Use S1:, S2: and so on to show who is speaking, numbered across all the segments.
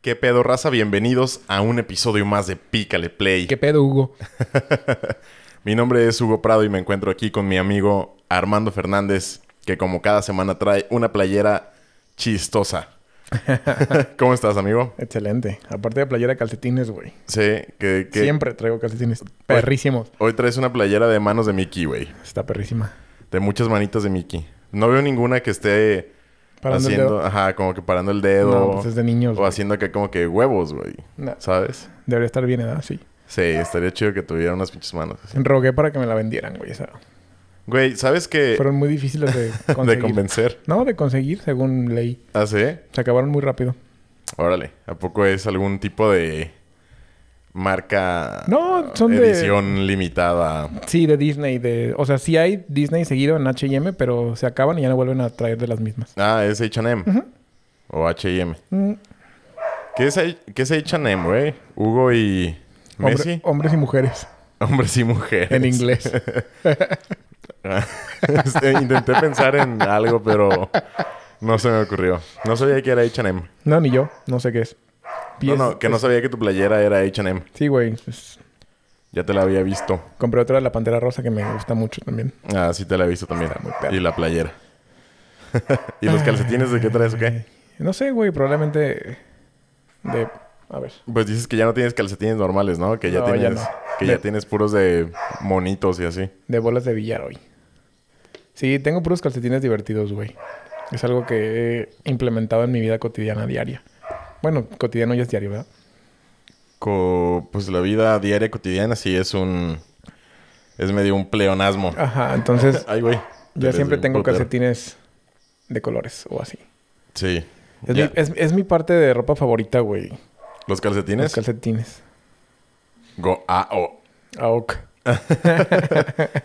S1: ¿Qué pedo, raza? Bienvenidos a un episodio más de Pícale Play.
S2: ¿Qué pedo, Hugo?
S1: Mi nombre es Hugo Prado y me encuentro aquí con mi amigo Armando Fernández, que como cada semana trae una playera chistosa. ¿Cómo estás, amigo?
S2: Excelente. Aparte de playera, calcetines, güey.
S1: Sí, que, que-
S2: Siempre traigo calcetines. Perrísimos.
S1: hoy traes una playera de manos de Mickey, güey.
S2: Está perrísima.
S1: De muchas manitas de Mickey. No veo ninguna que esté
S2: Parando el
S1: haciendo,
S2: dedo.
S1: ajá, como que parando el dedo.
S2: No, pues es de niños,
S1: O
S2: güey.
S1: haciendo que como que huevos, güey.
S2: No.
S1: ¿Sabes?
S2: Debería estar bien, ¿verdad? Sí.
S1: Sí, estaría chido que tuviera unas pinches manos. así.
S2: Rogué para que me la vendieran, güey. esa.
S1: Güey, ¿sabes qué?
S2: Fueron muy difíciles de
S1: Eh, De
S2: conseguir.
S1: convencer.
S2: no, de conseguir, según ley.
S1: ¿Ah, sí?
S2: Se acabaron muy rápido.
S1: Órale. ¿A poco es algún tipo de marca...
S2: No, son de-
S1: edición limitada.
S2: Sí, de Disney. De... O sea, sí hay Disney seguido en H&M, pero se acaban y ya no vuelven a traer de las mismas.
S1: Ah, es H&M. O H&M.
S2: Mm,
S1: ¿Qué es, H- qué es H&M, güey? Hugo y...
S2: hombre-
S1: Messi. Ah.
S2: Hombres y mujeres.
S1: Hombres y mujeres.
S2: En inglés.
S1: Este, Intenté pensar en algo, pero no se me ocurrió. No sabía que era H&M.
S2: No, ni yo. No sé qué es.
S1: No,
S2: Pies-
S1: no, que no sabía que tu playera era H&M.
S2: Sí, güey. pues,
S1: Ya te la había visto.
S2: Compré otra de la Pantera Rosa que me gusta mucho también.
S1: Ah, sí te la he visto también.
S2: Está muy perro.
S1: Y la playera. ¿Y los calcetines de qué traes o qué?
S2: No sé, güey, probablemente de... A ver.
S1: Pues dices que ya no tienes calcetines normales, ¿no? Que ya
S2: No, ya
S1: tienes...
S2: no.
S1: Que ya
S2: De-
S1: tienes puros de monitos y así.
S2: De bolas de billar hoy. Sí, tengo puros calcetines divertidos, güey. Es algo que he implementado en mi vida cotidiana, diaria. Bueno, cotidiano ya es diario, ¿verdad?
S1: Co- pues la vida diaria cotidiana sí es un... Es medio un pleonasmo.
S2: Ajá, entonces
S1: Ay, güey.
S2: yo
S1: Eres
S2: siempre
S1: un
S2: tengo
S1: putero.
S2: calcetines de colores o así.
S1: Sí.
S2: Es,
S1: Ya.
S2: mi, es- es mi parte de ropa favorita, güey.
S1: ¿Los
S2: Los
S1: calcetines?
S2: calcetines.
S1: Go ah, oh.
S2: AOC.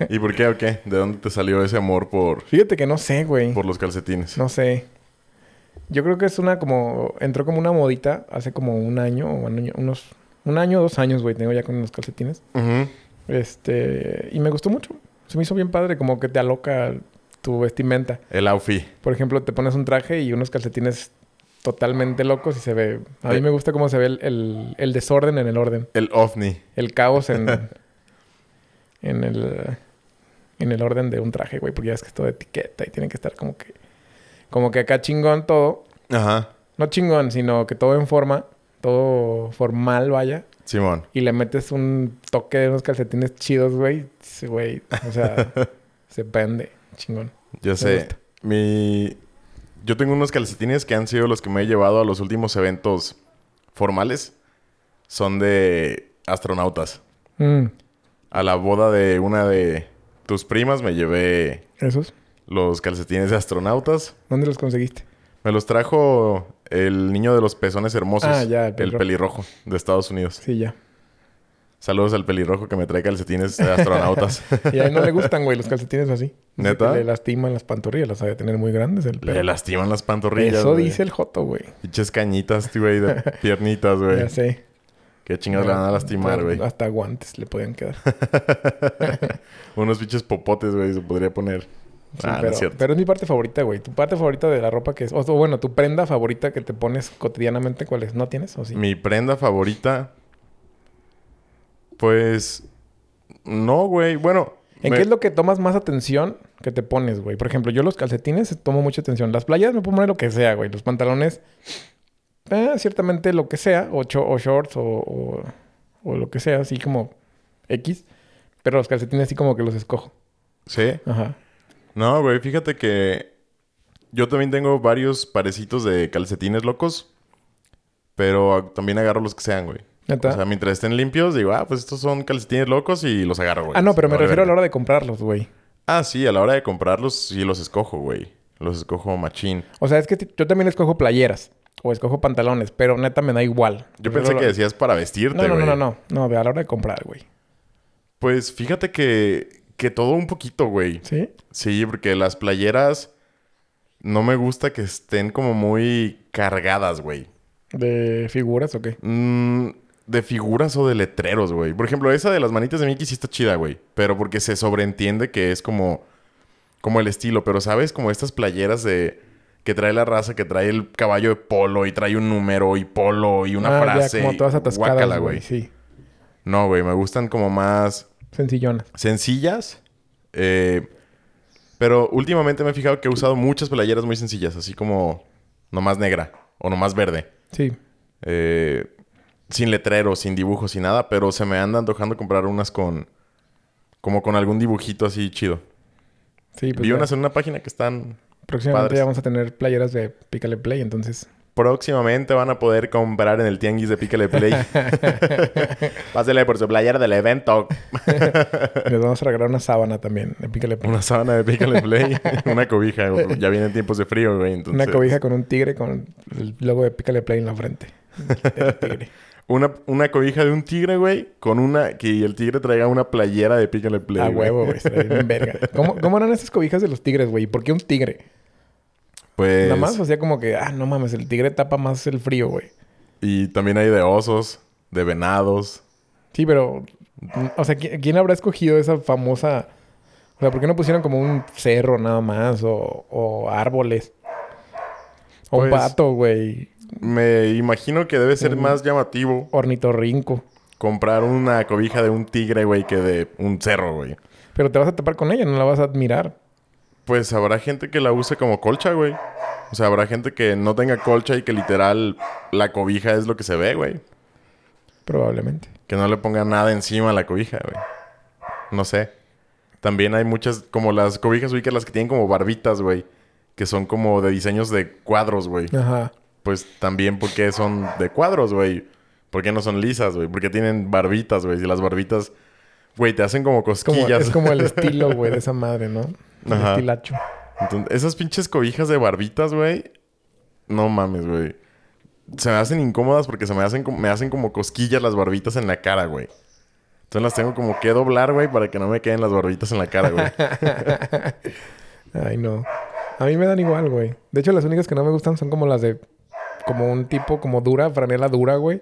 S1: ¿Y por qué o qué? ¿De dónde te salió ese amor por,
S2: Fíjate que no sé, güey.
S1: por los calcetines?
S2: No sé. Yo creo que es una como... Entró como una modita hace como un año o un año, unos... Un año o dos años, güey, tengo ya con los calcetines.
S1: Ujú.
S2: Este... Y me gustó mucho. Se me hizo bien padre. Como que te aloca tu vestimenta.
S1: El outfit.
S2: Por ejemplo, te pones un traje y unos calcetines totalmente locos y se ve... A mí
S1: Eh.
S2: me gusta cómo se ve el, el- el desorden en el orden.
S1: El ovni.
S2: El caos en... en el... En el orden de un traje, güey. Porque ya es que es todo etiqueta y tiene que estar como que... Como que acá chingón todo.
S1: Ajá.
S2: No chingón, sino que todo en forma, todo formal, vaya.
S1: Simón.
S2: Y le metes un toque de unos calcetines chidos, güey. Sí, Güey, o sea, se pende. Chingón.
S1: Ya sé.
S2: gusta.
S1: Mi... Yo tengo unos calcetines que han sido los que me he llevado a los últimos eventos formales. Son de astronautas.
S2: Mm,
S1: A la boda de una de tus primas me llevé
S2: ¿Esos?
S1: los calcetines de astronautas.
S2: ¿Dónde los conseguiste?
S1: Me los trajo el niño de los pezones hermosos.
S2: Ah, ya,
S1: el
S2: el
S1: pelirrojo.
S2: pelirrojo.
S1: de Estados Unidos.
S2: Sí, ya.
S1: Saludos al pelirrojo que me trae calcetines de astronautas.
S2: Y a él no le gustan, güey, los calcetines así. Dice
S1: ¿Neta?
S2: que Le lastiman las pantorrillas, las sabe tener muy grandes el
S1: Le
S2: pelo.
S1: lastiman las pantorrillas.
S2: Eso
S1: güey.
S2: dice el Joto, güey.
S1: Pinches cañitas, güey, de piernitas, güey.
S2: Ya sé.
S1: Qué chingados le van a lastimar, güey.
S2: Hasta guantes le podían quedar.
S1: Unos pinches popotes, güey, se podría poner.
S2: Sí,
S1: ah, no
S2: pero,
S1: es cierto.
S2: pero es mi parte favorita, güey. Tu parte favorita de la ropa que es. O sea, bueno, tu prenda favorita que te pones cotidianamente, ¿cuál es? ¿No tienes? ¿O sí?
S1: Mi prenda favorita. Pues. No, güey. Bueno.
S2: ¿En
S1: me-
S2: qué es lo que tomas más atención que te pones, güey? Por ejemplo, yo los calcetines tomo mucha atención. Las playas me puedo poner lo que sea, güey. Los pantalones, eh, ciertamente lo que sea. O, cho- o shorts o, o- o lo que sea, así como X. Pero los calcetines sí como que los escojo.
S1: Sí.
S2: Ajá. Ah,
S1: No, güey. Fíjate que. Yo también tengo varios parecitos de calcetines locos. Pero a- también agarro los que sean, güey.
S2: ¿Neta?
S1: O sea, mientras estén limpios, digo, ah, pues estos son calcetines locos y los agarro, güey.
S2: ah, no, pero me
S1: Vale,
S2: refiero a la
S1: verga.
S2: hora de comprarlos, güey.
S1: Ah, sí, a la hora de comprarlos, sí los escojo, güey. Los escojo machín.
S2: O sea, es que t- yo también escojo playeras. O escojo pantalones, pero neta me da igual.
S1: Yo
S2: Prefiero
S1: pensé
S2: lo-
S1: que decías para vestirte,
S2: No,
S1: güey.
S2: no, no, no, no. No, de a la hora de comprar, güey.
S1: Pues fíjate que, que todo un poquito, güey.
S2: ¿Sí?
S1: Sí, porque las playeras no me gusta que estén como muy cargadas, güey.
S2: ¿De figuras o qué?
S1: Mm, de figuras o de letreros, güey. Por ejemplo, esa de las manitas de Mickey sí está chida, güey. Pero porque se sobreentiende que es como, como el estilo. Pero, ¿sabes? Como estas playeras de... que trae la raza, que trae el caballo de polo y trae un número y polo y una
S2: Ah, ya,
S1: frase.
S2: como
S1: y
S2: todas atascadas,
S1: guácala,
S2: güey. Sí.
S1: No, güey, me gustan como más
S2: Sencillonas.
S1: sencillas. eh, pero últimamente me he fijado que he usado muchas playeras muy sencillas, así como nomás negra o nomás verde.
S2: Sí.
S1: Eh, sin letrero, sin dibujos, sin nada, pero se me anda antojando comprar unas con. como con algún dibujito así chido.
S2: Sí, pues
S1: Vi
S2: ya,
S1: unas en una página que están.
S2: próximamente
S1: padres.
S2: ya vamos a tener playeras de Pícale Play, entonces.
S1: Próximamente van a poder comprar en el tianguis de Pícale Play. Pásale por su playera del evento.
S2: Les vamos a regalar una sábana también de Pícale Play.
S1: Una sábana de Pícale Play. una cobija. güey. Ya vienen tiempos de frío, güey.
S2: Una
S1: entonces-
S2: cobija con un tigre con el logo de Pícale Play en la frente. El tigre.
S1: Una, una cobija de un tigre, güey. Con una... Que el tigre traiga una playera de Pícale Play.
S2: A
S1: güey.
S2: huevo, güey. estaría bien verga. ¿Cómo, ¿Cómo eran esas cobijas de los tigres, güey? ¿Y ¿Por qué un tigre?
S1: Pues...
S2: Nada más hacía como que, ah, no mames, el tigre tapa más el frío, güey.
S1: Y también hay de osos. De venados.
S2: Sí, pero, mm, o sea, ¿quién, quién habrá escogido esa famosa... O sea, ¿por qué no pusieron como un cerro nada más o, o árboles? O un
S1: Pues-
S2: pato, güey.
S1: Me imagino que debe ser más llamativo
S2: Ornitorrinco.
S1: comprar una cobija de un tigre, güey, que de un cerro, güey.
S2: Pero te vas a tapar con ella, no la vas a admirar.
S1: Pues habrá gente que la use como colcha, güey. O sea, habrá gente que no tenga colcha y que literal la cobija es lo que se ve, güey.
S2: Probablemente.
S1: Que no le ponga nada encima a la cobija, güey. No sé. También hay muchas, como las cobijas ubicas, las que tienen como barbitas, güey. Que son como de diseños de cuadros, güey.
S2: Ajá.
S1: Pues también porque son de cuadros, güey. ¿Por qué no son lisas, güey? Porque tienen barbitas, güey. Si las barbitas, güey, te hacen como
S2: Como-
S1: cosquillas.
S2: es como el estilo, güey, de esa madre, ¿no? El
S1: Ajá.
S2: estilacho.
S1: Entonces, esas pinches cobijas de barbitas, güey. No mames, güey. Se me hacen incómodas porque se me hacen, como- me hacen como cosquillas las barbitas en la cara, güey. Entonces las tengo como que doblar, güey, para que no me queden las barbitas en la cara, güey.
S2: Ay, no. A mí me dan igual, güey. De hecho, las únicas que no me gustan son como las de... Como un tipo como dura, franela dura, güey.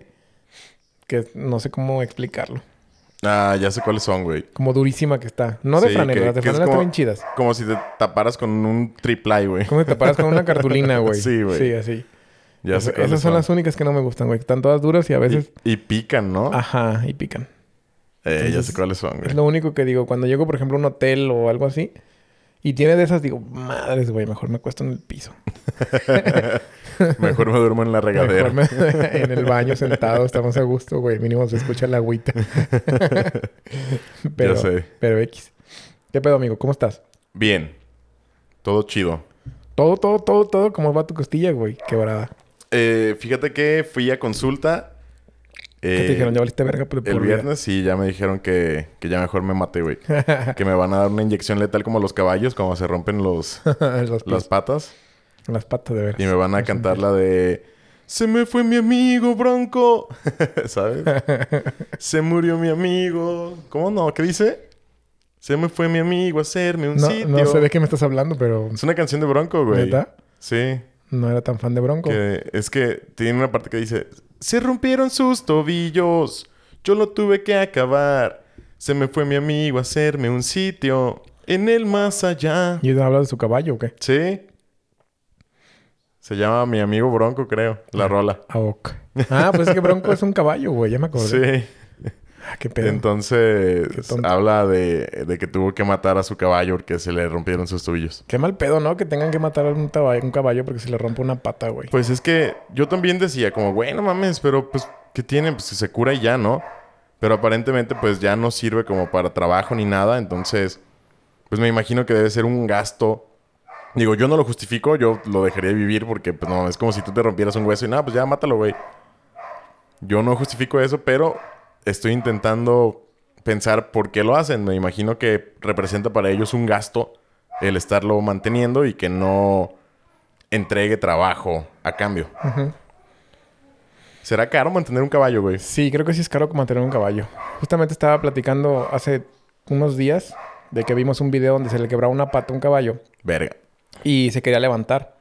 S2: Que no sé cómo explicarlo.
S1: ah, ya sé cuáles son, güey.
S2: Como durísima que está. No de
S1: Sí,
S2: franela,
S1: que-
S2: las de
S1: que es
S2: franela están
S1: como-
S2: bien chidas.
S1: Como si te taparas con un triple, güey.
S2: Como si te paras con una cartulina, güey.
S1: Sí, güey.
S2: Sí, así.
S1: Ya
S2: Es-
S1: sé cuáles
S2: esas son las únicas que no me gustan, güey. que Están todas duras y a veces...
S1: Y, y pican, ¿no?
S2: Ajá, y pican.
S1: eh, ya sé
S2: Ah, entonces,
S1: cuáles son,
S2: Es
S1: güey.
S2: lo único que digo. Cuando llego, por ejemplo, a un hotel o algo así... Y tiene de esas, digo, madres, güey, mejor me acuesto en el piso.
S1: Mejor me duermo en la regadera.
S2: Mejor me- en el baño sentado, estamos a gusto, güey. Mínimo se escucha la agüita. pero,
S1: Ya sé.
S2: pero X. ¿Qué pedo, amigo? ¿Cómo estás?
S1: Bien. Todo chido.
S2: Todo, todo, todo, todo. ¿Cómo va tu costilla, güey? Quebrada.
S1: Eh, fíjate que fui a consulta.
S2: ¿Qué
S1: Eh,
S2: te dijeron? Ya valiste verga por,
S1: El
S2: por vida.
S1: viernes sí, ya me dijeron que, que ya mejor me maté, güey. que me van a dar una inyección letal como los caballos, como se rompen los,
S2: Los pies,
S1: las patas.
S2: Las patas, de veras.
S1: Y me van a cantar la de... Se me fue mi amigo, Bronco. ¿Sabes? se murió mi amigo. ¿Cómo no? ¿Qué dice? Se me fue mi amigo a hacerme un
S2: No,
S1: sitio.
S2: no sé de qué me estás hablando, pero...
S1: Es una canción de Bronco, güey.
S2: ¿Neta?
S1: Sí.
S2: No era tan fan de Bronco.
S1: Que es que tiene una parte que dice, se rompieron sus tobillos, yo lo tuve que acabar, se me fue mi amigo a hacerme un sitio en el más allá.
S2: ¿Y habla de su caballo o qué?
S1: ¿Sí? Se llama mi amigo Bronco, creo, la rola.
S2: A boca. Ah, pues es que Bronco es un caballo, güey. Ya me acordé.
S1: Sí,
S2: Ah, qué pedo.
S1: entonces
S2: Qué tonto.
S1: habla de, de que tuvo que matar a su caballo porque se le rompieron sus tobillos.
S2: Qué mal pedo, ¿no? Que tengan que matar a un, taba- un caballo porque se le rompe una pata, güey.
S1: Pues es que yo también decía como, bueno, mames, pero pues, ¿qué tiene? Pues se cura y ya, ¿no? Pero aparentemente pues ya no sirve como para trabajo ni nada, entonces, pues me imagino que debe ser un gasto. Digo, yo no lo justifico, yo lo dejaría vivir porque pues no, es como si tú te rompieras un hueso y nada, pues ya mátalo, güey. Yo no justifico eso, pero estoy intentando pensar por qué lo hacen. Me imagino que representa para ellos un gasto el estarlo manteniendo y que no entregue trabajo a cambio.
S2: Ujú.
S1: ¿Será caro mantener un caballo, güey?
S2: Sí, creo que sí es caro mantener un caballo. Justamente estaba platicando hace unos días de que vimos un video donde se le quebraba una pata a un caballo
S1: Verga.
S2: y se quería levantar.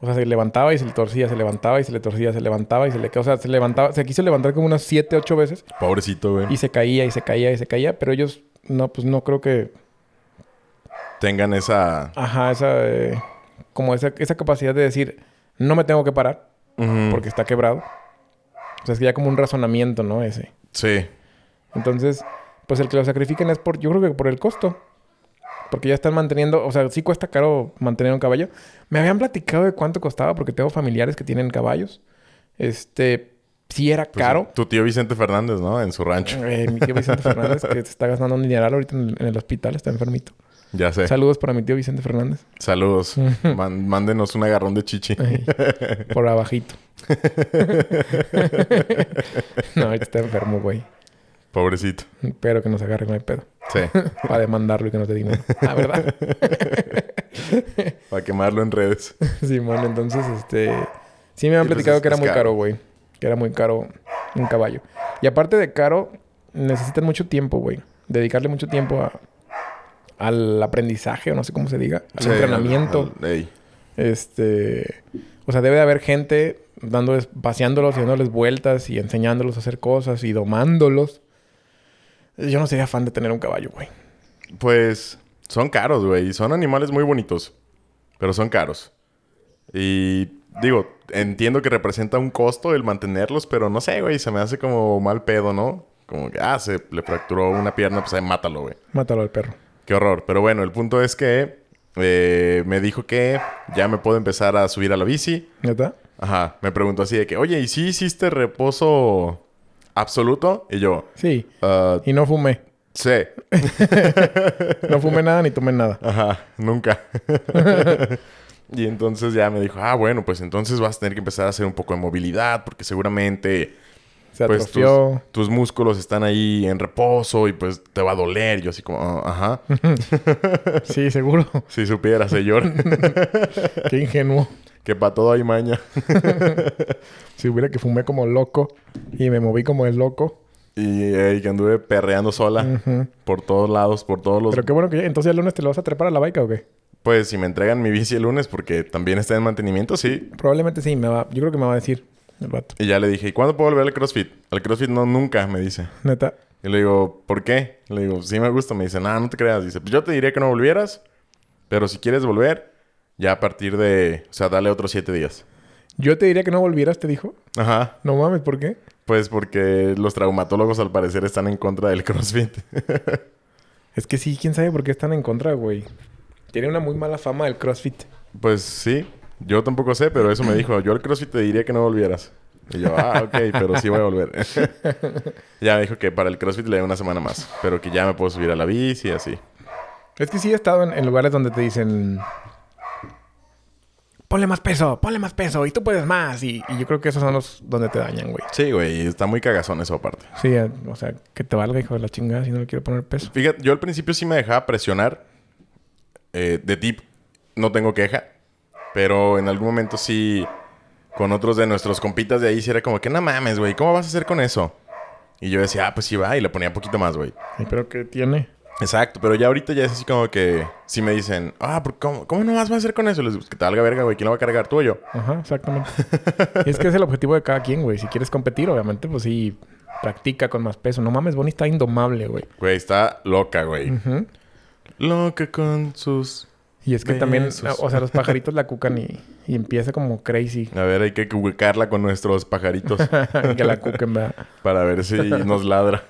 S2: O sea, se levantaba y se le torcía, se levantaba y se le torcía, se levantaba y se le... O sea, se levantaba, se quiso levantar como unas siete, ocho veces
S1: Pobrecito, güey.
S2: y se caía y se caía y se caía, pero ellos no, pues no creo que...
S1: Tengan esa...
S2: Ajá, esa... eh, como esa, esa capacidad de decir, no me tengo que parar
S1: Ujú.
S2: porque está quebrado. O sea, es que ya como un razonamiento, ¿no? Ese.
S1: Sí.
S2: Entonces, pues el que lo sacrifiquen es por, yo creo que por el costo. Porque ya están manteniendo, o sea, sí cuesta caro mantener un caballo. Me habían platicado de cuánto costaba porque tengo familiares que tienen caballos. Este, sí era
S1: Pues,
S2: caro.
S1: Tu tío Vicente Fernández, ¿no? En su rancho.
S2: Eh, mi tío Vicente Fernández, que se está gastando un dineral ahorita en el, en el hospital, está enfermito.
S1: Ya sé.
S2: Saludos para mi tío Vicente Fernández.
S1: Saludos. Man- mándenos un agarrón de chichi.
S2: Ay, por abajito. Eh. no, ahorita está enfermo, güey.
S1: Pobrecito.
S2: Pero que nos agarre, no hay pedo.
S1: Sí.
S2: Para demandarlo y que nos dé dinero. Ah, ¿verdad?
S1: Para quemarlo en redes.
S2: Simón, entonces, este... Sí me han
S1: Sí, pues,
S2: platicado
S1: es-
S2: que era
S1: es
S2: muy
S1: caro.
S2: caro, güey. Que era muy caro un caballo. Y aparte de caro, necesitan mucho tiempo, güey. Dedicarle mucho tiempo a- al aprendizaje, o no sé cómo se diga. Al
S1: Sí,
S2: entrenamiento.
S1: al- al- ey.
S2: Este... O sea, debe de haber gente dándoles... Paseándolos y dándoles vueltas y enseñándolos a hacer cosas y domándolos. Yo no sería fan de tener un caballo, güey.
S1: Pues son caros, güey. y Son animales muy bonitos. Pero son caros. Y digo, entiendo que representa un costo el mantenerlos, pero no sé, güey. Se me hace como mal pedo, ¿no? Como que, ah, se le fracturó una pierna, pues ahí mátalo, güey.
S2: Mátalo al perro.
S1: Qué horror. Pero bueno, el punto es que eh, me dijo que ya me puedo empezar a subir a la bici.
S2: ¿Neta?
S1: Ajá. Me preguntó así de que, oye, ¿y si hiciste reposo absoluto? Y yo,
S2: Sí.
S1: ah,
S2: Y no fumé.
S1: sí.
S2: No fumé nada ni tomé nada.
S1: Ajá, nunca. y entonces ya me dijo, ah, bueno, pues entonces vas a tener que empezar a hacer un poco de movilidad, porque seguramente
S2: Se
S1: pues tus,
S2: atrofió.
S1: tus músculos están ahí en reposo y pues te va a doler. Yo así como, "Ah, ajá,
S2: Sí, seguro.
S1: si supiera, señor,
S2: Qué ingenuo.
S1: que para todo hay maña.
S2: Si hubiera que fumé como loco y me moví como el loco.
S1: Y eh, que anduve perreando sola
S2: Ujú.
S1: por todos lados, por todos los...
S2: Pero qué bueno que ya- entonces el lunes te lo vas a trepar a la baica o qué?
S1: Pues si me entregan mi bici el lunes, porque también está en mantenimiento, sí.
S2: Probablemente sí, me va. Yo creo que me va a decir el vato.
S1: Y ya le dije, ¿y cuándo puedo volver al CrossFit? Al CrossFit no, nunca, me dice.
S2: Neta.
S1: Y le digo, ¿por qué? Le digo, sí me gusta. Me dice, nada, no te creas. Dice, pues yo te diría que no volvieras, pero si quieres volver, ya a partir de, o sea, dale otros siete días.
S2: Yo te diría que no volvieras, te dijo.
S1: Ajá.
S2: No mames, ¿por qué?
S1: Pues porque los traumatólogos al parecer están en contra del CrossFit.
S2: Es que sí, quién sabe por qué están en contra, güey. Tiene una muy mala fama del CrossFit.
S1: pues sí, yo tampoco sé, pero eso me dijo. Yo al CrossFit te diría que no volvieras. Y yo, ah, ok, pero sí voy a volver. ya me dijo que para el CrossFit le doy una semana más, pero que ya me puedo subir a la bici y así.
S2: Es que sí he estado en, en lugares donde te dicen... Ponle más peso, ponle más peso y tú puedes más. Y, y yo creo que esos son los donde te dañan, güey.
S1: Sí, güey, y está muy cagazón eso aparte.
S2: Sí, eh, o sea, que te valga, hijo de la chingada, si no le quiero poner peso.
S1: Fíjate, yo al principio sí me dejaba presionar. eh, de tip, no tengo queja. Pero en algún momento sí, con otros de nuestros compitas de ahí, sí era como que, no mames, güey, ¿cómo vas a hacer con eso? Y yo decía, ah, pues sí va, y le ponía poquito más, güey.
S2: Ay, Pero que tiene.
S1: Exacto, pero ya ahorita ya es así como que, si me dicen, ah, ¿por ¿cómo, cómo no vas a hacer con eso? Les digo, "Pues que te valga verga, güey, ¿quién lo va a cargar, tú o yo?
S2: Ajá, exactamente. Y es que es el objetivo de cada quien, güey. Si quieres competir, obviamente, pues sí, practica con más peso. No mames, Bonnie está indomable, güey.
S1: Güey, está loca, güey.
S2: Ujú.
S1: Loca con sus.
S2: Y es que también,
S1: Besos.
S2: o sea, los pajaritos la cucan y, y empieza como crazy.
S1: A ver, hay que ubicarla con nuestros pajaritos.
S2: que la cuquen, ¿verdad?
S1: Para ver si nos ladra.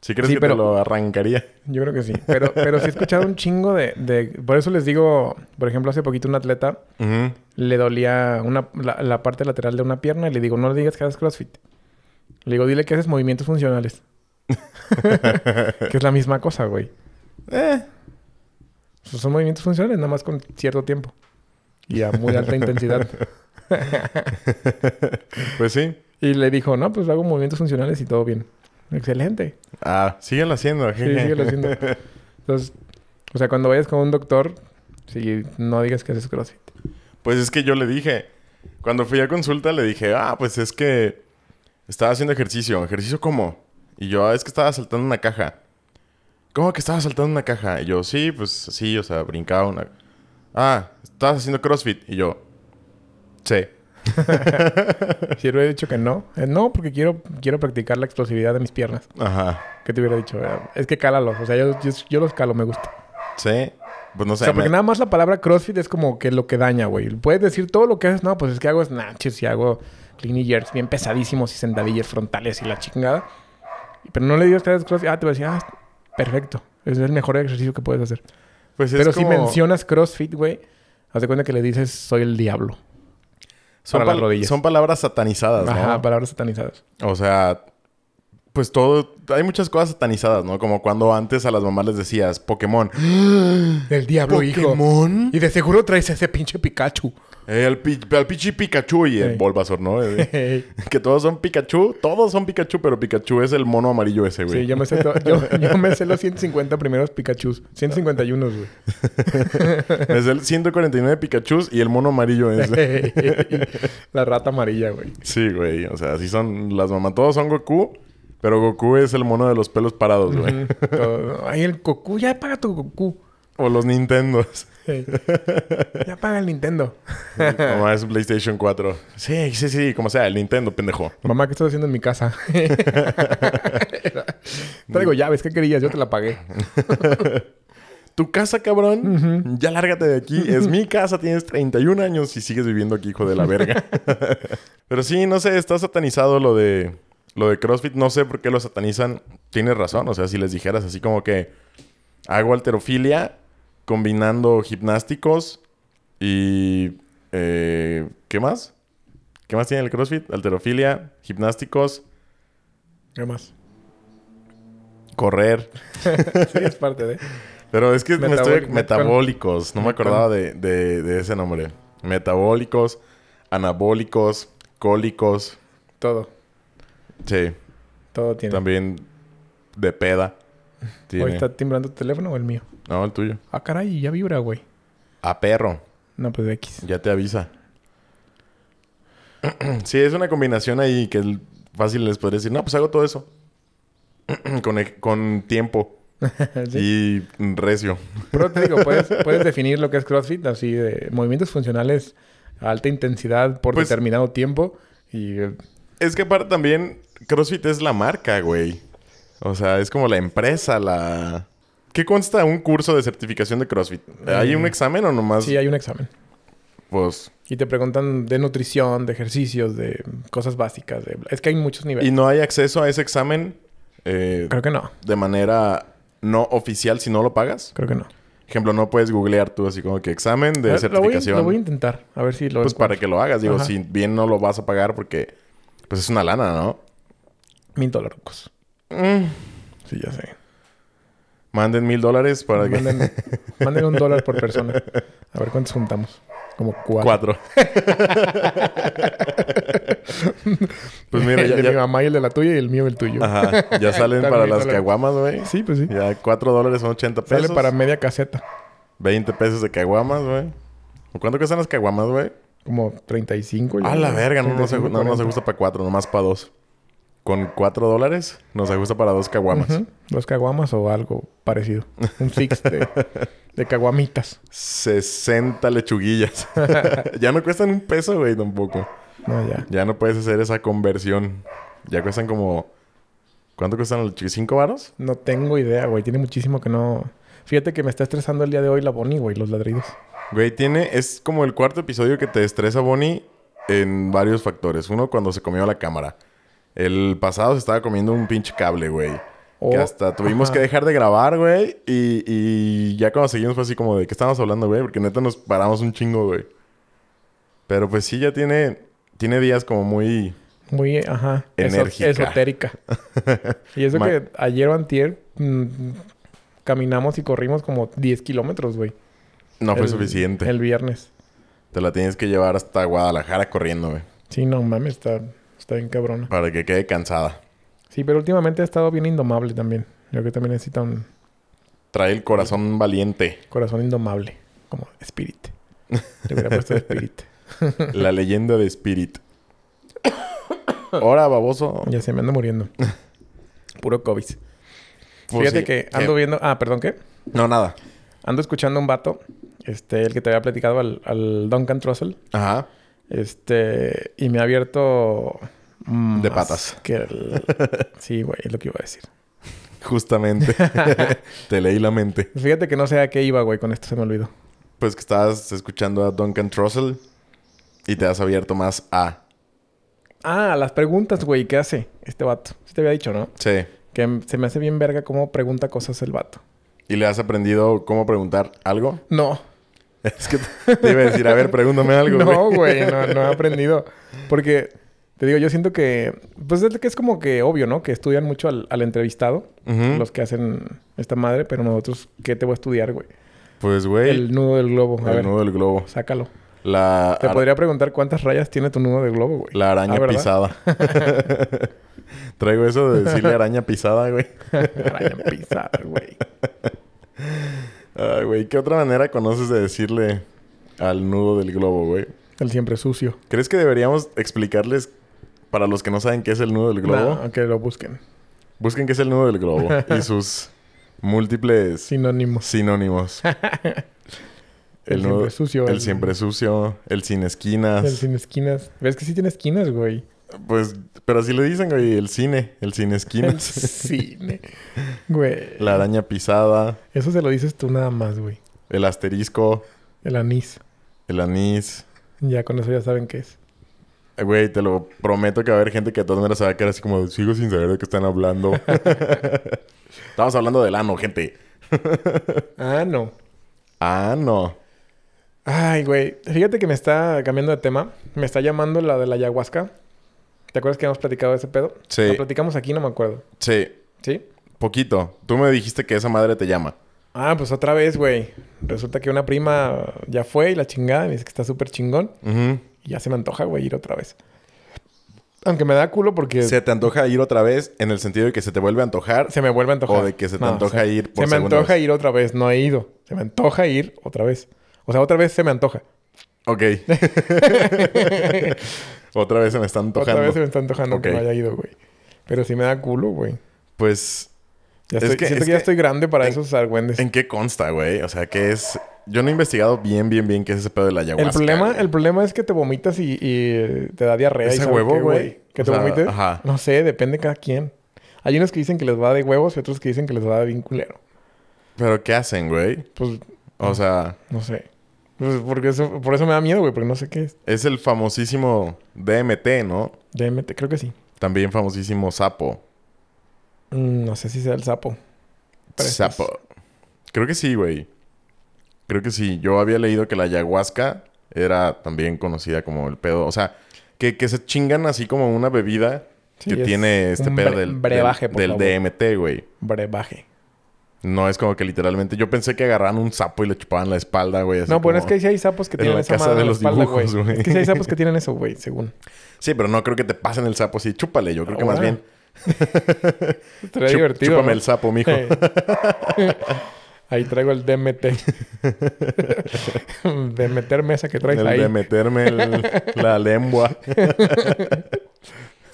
S1: Si crees
S2: Sí,
S1: que
S2: pero-
S1: te lo arrancaría.
S2: Yo creo que sí. Pero, pero sí he escuchado un chingo de, de... Por eso les digo, por ejemplo, hace poquito un atleta le dolía una, la, la parte lateral de una pierna y le digo, no le digas que haces CrossFit. Le digo, dile que haces movimientos funcionales. que es la misma cosa, güey.
S1: Eh,
S2: O sea, Pues, son movimientos funcionales, nada más con cierto tiempo. Y a muy alta intensidad.
S1: Pues sí.
S2: Y le dijo, no, pues hago movimientos funcionales y todo bien. Excelente.
S1: Ah, síguelo haciendo.
S2: Sí, síguelo haciendo. Entonces, o sea, cuando vayas con un doctor, si no digas que haces CrossFit.
S1: Pues es que yo le dije. Cuando fui a consulta le dije, ah, pues es que estaba haciendo ejercicio. ¿Ejercicio cómo? Y yo, "Ah, es que estaba saltando una caja. ¿Cómo que estaba saltando una caja? Y yo, sí, pues sí, o sea, brincaba una. Ah, estabas haciendo CrossFit. Y yo, sí.
S2: Si hubiera dicho que no, eh, no, porque quiero, quiero practicar la explosividad de mis piernas.
S1: Ajá.
S2: ¿Qué te hubiera dicho? Eh, Es que cálalos. O sea, yo, yo, yo los calo, me gusta.
S1: Sí. Pues no sé.
S2: o sea, porque
S1: me-
S2: nada más la palabra CrossFit es como que lo que daña, güey. Puedes decir todo lo que haces. No, pues es que hago snatches y hago clean y jerks bien pesadísimos y sentadillas frontales y la chingada. Pero no le digas que haces CrossFit. Ah, te va a decir, ah, perfecto. Es el mejor ejercicio que puedes hacer.
S1: pues es
S2: Pero si
S1: como-
S2: mencionas CrossFit, güey, haz de cuenta que le dices, soy el diablo.
S1: son
S2: para las
S1: pal-
S2: rodillas.
S1: Son palabras satanizadas, ¿no?
S2: Ajá, palabras satanizadas.
S1: O sea, pues todo. Hay muchas cosas satanizadas, ¿no? Como cuando antes a las mamás les decías Pokémon.
S2: El diablo,
S1: ¿Pokémon?
S2: Y de seguro traes ese pinche Pikachu.
S1: Eh, al, pi- al pichi Pikachu y el
S2: Ey.
S1: Bulbasaur, ¿no? Eh,
S2: sí,
S1: que todos son Pikachu. Todos son Pikachu, pero Pikachu es el mono amarillo ese, güey.
S2: yo me, sé to- yo, yo me sé los 150 primeros Pikachus. 151, güey.
S1: Es el 149 Pikachu y el mono amarillo ese.
S2: La rata amarilla, güey.
S1: sí, güey. O sea, así son las mamás. Todos son Goku, pero Goku es el mono de los pelos parados, güey.
S2: Todo- Ay, el Goku, ya paga tu Goku.
S1: O los Nintendos.
S2: Ey. Ya paga el Nintendo.
S1: Mamá, es un PlayStation 4. Sí, sí, sí, como sea, el Nintendo, pendejo.
S2: Mamá, ¿qué estás haciendo en mi casa? Traigo llaves, ¿qué querías? Yo te la pagué.
S1: Tu casa, cabrón, ya lárgate de aquí. Es mi casa, tienes 31 años y sigues viviendo aquí, hijo de la verga. Pero sí, no sé, está satanizado lo de lo de CrossFit, no sé por qué lo satanizan. Tienes razón, o sea, si les dijeras así como que hago alterofilia combinando gimnásticos y eh, ¿qué más? ¿Qué más tiene el CrossFit? Alterofilia, gimnásticos,
S2: ¿Qué más?
S1: correr.
S2: sí, es parte de.
S1: Pero es que me estoy...
S2: Metabólico.
S1: Metabólicos. No me acordaba de, de- de ese nombre. Metabólicos, anabólicos, cólicos.
S2: Todo.
S1: Sí,
S2: Todo tiene.
S1: también de peda.
S2: ¿Hoy
S1: Tiene.
S2: está timbrando tu teléfono o el mío?
S1: No, el tuyo.
S2: Ah, caray, ya vibra, güey.
S1: A perro.
S2: No, pues X.
S1: Ya te avisa. sí, es una combinación ahí que el- fácil les podría decir, no, pues hago todo eso. con, ej- con tiempo
S2: Sí.
S1: y recio.
S2: Pero te digo, puedes, puedes definir lo que es CrossFit así de movimientos funcionales a alta intensidad por
S1: Pues-
S2: determinado tiempo y eh,
S1: Es que aparte también CrossFit es la marca, güey. O sea, es como la empresa, la... ¿Qué consta un curso de certificación de CrossFit? ¿Hay un examen o nomás?
S2: Mm. sí hay un examen.
S1: Pues...
S2: Y te preguntan de nutrición, de ejercicios, de cosas básicas. de- Es que hay muchos niveles.
S1: ¿Y no hay acceso a ese examen eh,
S2: Creo que no.
S1: de manera no oficial si no lo pagas?
S2: Creo que no.
S1: Ejemplo, no puedes googlear tú así como que examen de
S2: Eh, Lo voy,
S1: certificación.
S2: lo voy a intentar. A ver si lo
S1: pues para
S2: encuentro.
S1: que lo hagas. Digo,
S2: Ajá.
S1: si bien no lo vas a pagar porque... Pues es una lana, ¿no?
S2: Mil dólares.
S1: Mm.
S2: Sí, ya sé.
S1: Manden mil dólares para que...
S2: Manden, manden un dólar por persona. A ver cuántos juntamos. Como cuatro.
S1: Cuatro. pues mira,
S2: el
S1: ya,
S2: de mi
S1: ya,
S2: mamá y el de la tuya y el mío y el tuyo.
S1: ajá, ya salen para
S2: También
S1: las
S2: sale.
S1: caguamas, güey.
S2: Sí, pues sí.
S1: Ya cuatro dólares son 80 pesos.
S2: Sale para media caseta.
S1: 20 pesos de caguamas, güey. ¿O ¿Cuánto cuestan las caguamas, güey?
S2: Como 35. yo
S1: A la
S2: creo.
S1: verga, no nos,
S2: 35,
S1: aju- no nos
S2: 40.
S1: ajusta para cuatro, nomás para dos. Con cuatro dólares nos ajusta para dos caguamas.
S2: Ujú. Dos caguamas o algo parecido. Un six de, de caguamitas.
S1: 60 lechuguillas. ya no cuestan un peso, güey, tampoco.
S2: No, ya.
S1: Ya no puedes hacer esa conversión. Ya cuestan como... ¿Cuánto cuestan los lechuguillas? ¿Cinco varos?
S2: No tengo idea, güey. Tiene muchísimo que no... Fíjate que me está estresando el día de hoy la Bonnie, güey. Los ladridos.
S1: Güey, tiene, es como el cuarto episodio que te estresa Bonnie en varios factores. Uno, cuando se comió la cámara. El pasado se estaba comiendo un pinche cable, güey.
S2: O-
S1: que hasta tuvimos
S2: Oh, Ajá.
S1: que dejar de grabar, güey. Y, y ya cuando seguimos fue así como de qué estábamos hablando, güey. Porque neta nos paramos un chingo, güey. Pero pues sí, ya tiene, tiene días como muy...
S2: Muy, ajá. eso-
S1: Enérgica.
S2: esotérica. y eso
S1: Ma-
S2: que ayer o antier mm, caminamos y corrimos como 10 kilómetros, güey.
S1: No fue
S2: El-
S1: suficiente.
S2: El viernes.
S1: Te la tienes que llevar hasta Guadalajara corriendo, güey.
S2: Sí, no mames, está, está bien cabrona.
S1: Para que quede cansada.
S2: Sí, pero últimamente ha estado bien indomable también. Yo creo que también necesita un
S1: Trae el corazón valiente.
S2: corazón indomable. Como Spirit. Le hubiera puesto Spirit.
S1: La leyenda de Spirit. Ahora, baboso.
S2: Ya se me anda muriendo. Puro COVID.
S1: Pues
S2: Fíjate
S1: sí,
S2: que
S1: sí.
S2: ando viendo... Ah, perdón, ¿qué?
S1: No, nada.
S2: Ando escuchando a un vato. Este, el que te había platicado al, al Duncan Trussell.
S1: Ajá.
S2: Este, y me ha abierto.
S1: De
S2: más
S1: patas.
S2: Que el- Sí, güey, es lo que iba a decir.
S1: Justamente. Te leí la mente.
S2: Fíjate que no sé a qué iba, güey. Con esto se me olvidó.
S1: Pues que estabas escuchando a Duncan Trussell y te has abierto más a.
S2: Ah, las preguntas, güey. ¿Qué hace este vato? Sí te había dicho, ¿no?
S1: Sí.
S2: Que m- se me hace bien verga cómo pregunta cosas el vato.
S1: ¿Y le has aprendido cómo preguntar algo?
S2: No.
S1: Es que te te iba a decir, a ver, pregúntame algo.
S2: No, güey. No, no he aprendido. Porque... Te digo, yo siento que... Pues es que es como que obvio, ¿no? Que estudian mucho al, al entrevistado.
S1: Ujú.
S2: Los que hacen esta madre. Pero nosotros, ¿qué te voy a estudiar, güey?
S1: Pues, güey, el,
S2: El nudo del globo. A ver,
S1: nudo del globo.
S2: sácalo.
S1: La,
S2: Te
S1: ar-
S2: podría preguntar cuántas rayas tiene tu nudo del globo, güey.
S1: la araña
S2: Ah, ¿verdad?
S1: pisada. Traigo eso de decirle araña pisada, güey.
S2: Raya pisada, güey.
S1: Ay, güey, ¿qué otra manera conoces de decirle al nudo del globo, güey?
S2: El siempre sucio.
S1: ¿Crees que deberíamos explicarles para los que no saben qué es el nudo del globo?
S2: No, que lo busquen.
S1: Busquen qué es el nudo del globo y sus múltiples
S2: Sinónimos.
S1: sinónimos.
S2: El,
S1: nudo-
S2: siempre sucio.
S1: El siempre sucio, el sin esquinas.
S2: El sin esquinas. ¿Ves que sí tiene esquinas, güey?
S1: Pues, pero así le dicen, güey, el cine, el sin
S2: El
S1: esquinas.
S2: cine. Güey.
S1: La araña pisada,
S2: Eso se lo dices tú nada más, güey.
S1: el asterisco,
S2: El anís.
S1: el anís.
S2: Ya con eso ya saben qué es.
S1: Eh, Güey, te lo prometo que va a haber gente que de todas maneras se va a quedar así como, sigo sin saber de qué están hablando. Estamos hablando del ano, gente.
S2: Ah, no.
S1: Ah, no.
S2: Ay, güey. Fíjate que me está cambiando de tema. Me está llamando la de la ayahuasca. ¿Te acuerdas que habíamos platicado de ese pedo?
S1: Sí.
S2: Lo platicamos aquí, no me acuerdo.
S1: Sí,
S2: ¿Sí?
S1: poquito. Tú me dijiste que esa madre te llama.
S2: Ah, pues otra vez, güey. Resulta que una prima ya fue y la chingada. Me dice que está súper chingón.
S1: Ujú.
S2: Y ya se me antoja, güey, ir otra vez. Aunque me da culo porque se,
S1: ¿Se te antoja ir otra vez en el sentido de que se te vuelve a antojar?
S2: me vuelve a antojar.
S1: O de que se te antoja
S2: se-
S1: ir por
S2: Se me
S1: segunda
S2: antoja
S1: vez.
S2: ir otra vez. No he ido. Se me antoja ir otra vez. O sea, otra vez se me antoja.
S1: Ok. otra vez se me está antojando.
S2: Otra vez se me está antojando
S1: Ok.
S2: que no haya ido, güey. Pero sí me da culo, güey.
S1: Pues,
S2: Ya
S1: Es
S2: estoy-
S1: que-
S2: siento
S1: es
S2: que
S1: que-
S2: ya estoy grande para
S1: en-
S2: esos argüendes.
S1: ¿en qué consta, güey? O sea, ¿qué es...? Yo no he investigado bien, bien, bien qué es ese pedo de la ayahuasca.
S2: El problema,
S1: güey.
S2: el problema es que te vomitas y, y, eh, te da diarrea. y
S1: ¿Es a
S2: sabe
S1: huevo,
S2: qué,
S1: güey?
S2: Que
S1: O
S2: te
S1: sea,
S2: vomites.
S1: ajá.
S2: No sé, depende de cada quien. Hay unos que dicen que les va de huevos y otros que dicen que les va de bien culero.
S1: ¿Pero qué hacen, güey?
S2: Pues
S1: O sea,
S2: no sé. Pues, porque eso, por eso me da miedo, güey, porque no sé qué es.
S1: es el famosísimo DMT, ¿no?
S2: DMT, creo que sí.
S1: También famosísimo sapo.
S2: Mm, no sé si sea el sapo. Pero eso es-
S1: Sapo. Creo que sí, güey. Creo que sí. Yo había leído que la ayahuasca era también conocida como el pedo. O sea, que, que se chingan así como una bebida
S2: Sí,
S1: que
S2: es
S1: tiene este
S2: un
S1: pedo
S2: bre-
S1: del,
S2: brebaje,
S1: del,
S2: por
S1: del
S2: favor.
S1: DMT, güey.
S2: Brebaje.
S1: No es como que literalmente. Yo pensé que agarraran un sapo y le chupaban la espalda, güey. así
S2: No, bueno,
S1: como-
S2: es que sí hay sapos que
S1: en
S2: tienen
S1: la
S2: esa
S1: casa
S2: madre
S1: de
S2: en la
S1: los
S2: espalda, güey.
S1: dibujos, güey.
S2: Es que sí hay sapos que tienen eso, güey, según.
S1: Sí, pero no creo que te pasen el sapo así. Chúpale, yo creo que más
S2: Ahora,
S1: bien.
S2: Estaría
S1: "Chú-
S2: divertido.
S1: Chúpame
S2: ¿no?
S1: el sapo, mijo.
S2: Eh. Ahí traigo el DMT. de meter mesa que traes
S1: El
S2: ahí.
S1: de meterme el- la lengua.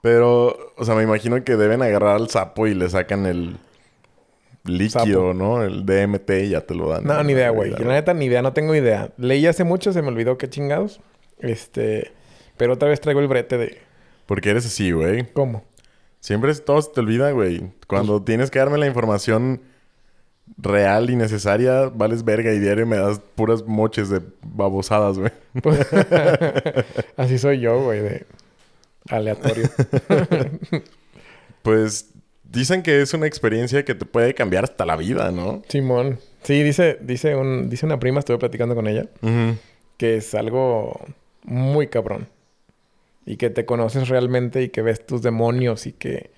S1: Pero, o sea, me imagino que deben agarrar al sapo y le sacan el líquido,
S2: Sapo.
S1: ¿no? El DMT y ya te lo dan.
S2: No, ni idea, güey. Yo, La
S1: Ya.
S2: neta, ni idea. No tengo idea. Leí hace mucho, se me olvidó qué chingados. Este... Pero otra vez traigo el brete de...
S1: Porque eres así, güey.
S2: ¿Cómo?
S1: Siempre es- todo se te olvida, güey.
S2: Pues
S1: Cuando tienes que darme la información real y necesaria, vales verga y diario me das puras moches de babosadas, güey.
S2: Pues- Así soy yo, güey, de... Aleatorio.
S1: Pues dicen que es una experiencia que te puede cambiar hasta la vida, ¿no?
S2: Simón. Sí, dice, dice, un, dice una prima, estuve platicando con ella,
S1: Ujú.
S2: que es algo muy cabrón. Y que te conoces realmente y que ves tus demonios y que...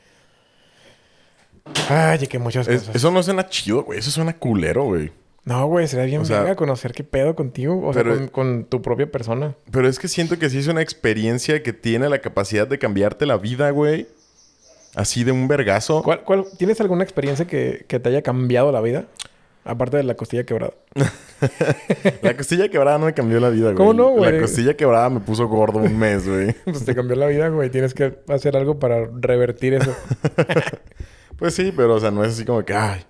S2: Ay, y que muchas
S1: Es-
S2: cosas.
S1: eso no suena chido, güey. Eso suena culero, güey.
S2: No, güey, sería bien
S1: O sea-
S2: verga conocer qué pedo contigo. O sea,
S1: Pero-
S2: con, con tu propia persona.
S1: Pero es que siento que sí es una experiencia que tiene la capacidad de cambiarte la vida, güey. Así de un vergazo.
S2: ¿Cuál, cuál, ¿Tienes alguna experiencia que, que te haya cambiado la vida? Aparte de la costilla quebrada.
S1: La costilla quebrada no me cambió la vida, güey.
S2: ¿Cómo no, güey?
S1: La costilla quebrada me puso gordo un mes, güey.
S2: Pues te cambió la vida, güey. Tienes que hacer algo para revertir eso.
S1: Pues sí, pero o sea, no es así como que, ay.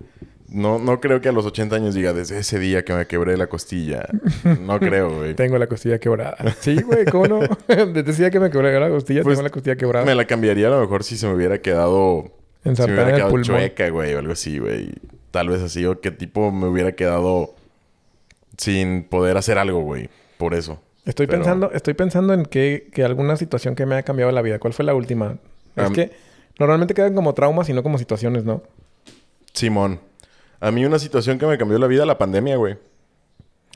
S1: No, no creo que a los 80 años diga, desde ese día que me quebré la costilla. No creo, güey.
S2: Tengo la costilla quebrada. Sí, güey, ¿cómo no? Te decía que me quebré la costilla,
S1: Pues,
S2: tengo la costilla quebrada.
S1: Me la cambiaría a lo mejor si se me hubiera quedado Si me
S2: Ensartar
S1: hubiera
S2: en el
S1: quedado
S2: pulmón.
S1: chueca, güey, o algo así, güey. Tal vez así, o qué tipo me hubiera quedado sin poder hacer algo, güey. Por eso.
S2: Estoy
S1: Pero-
S2: pensando, estoy pensando en que, que alguna situación que me haya cambiado la vida. ¿Cuál fue la última? Es
S1: Am-
S2: que normalmente quedan como traumas y no como situaciones, ¿no?
S1: Simón. A mí una situación que me cambió la vida, la pandemia, güey.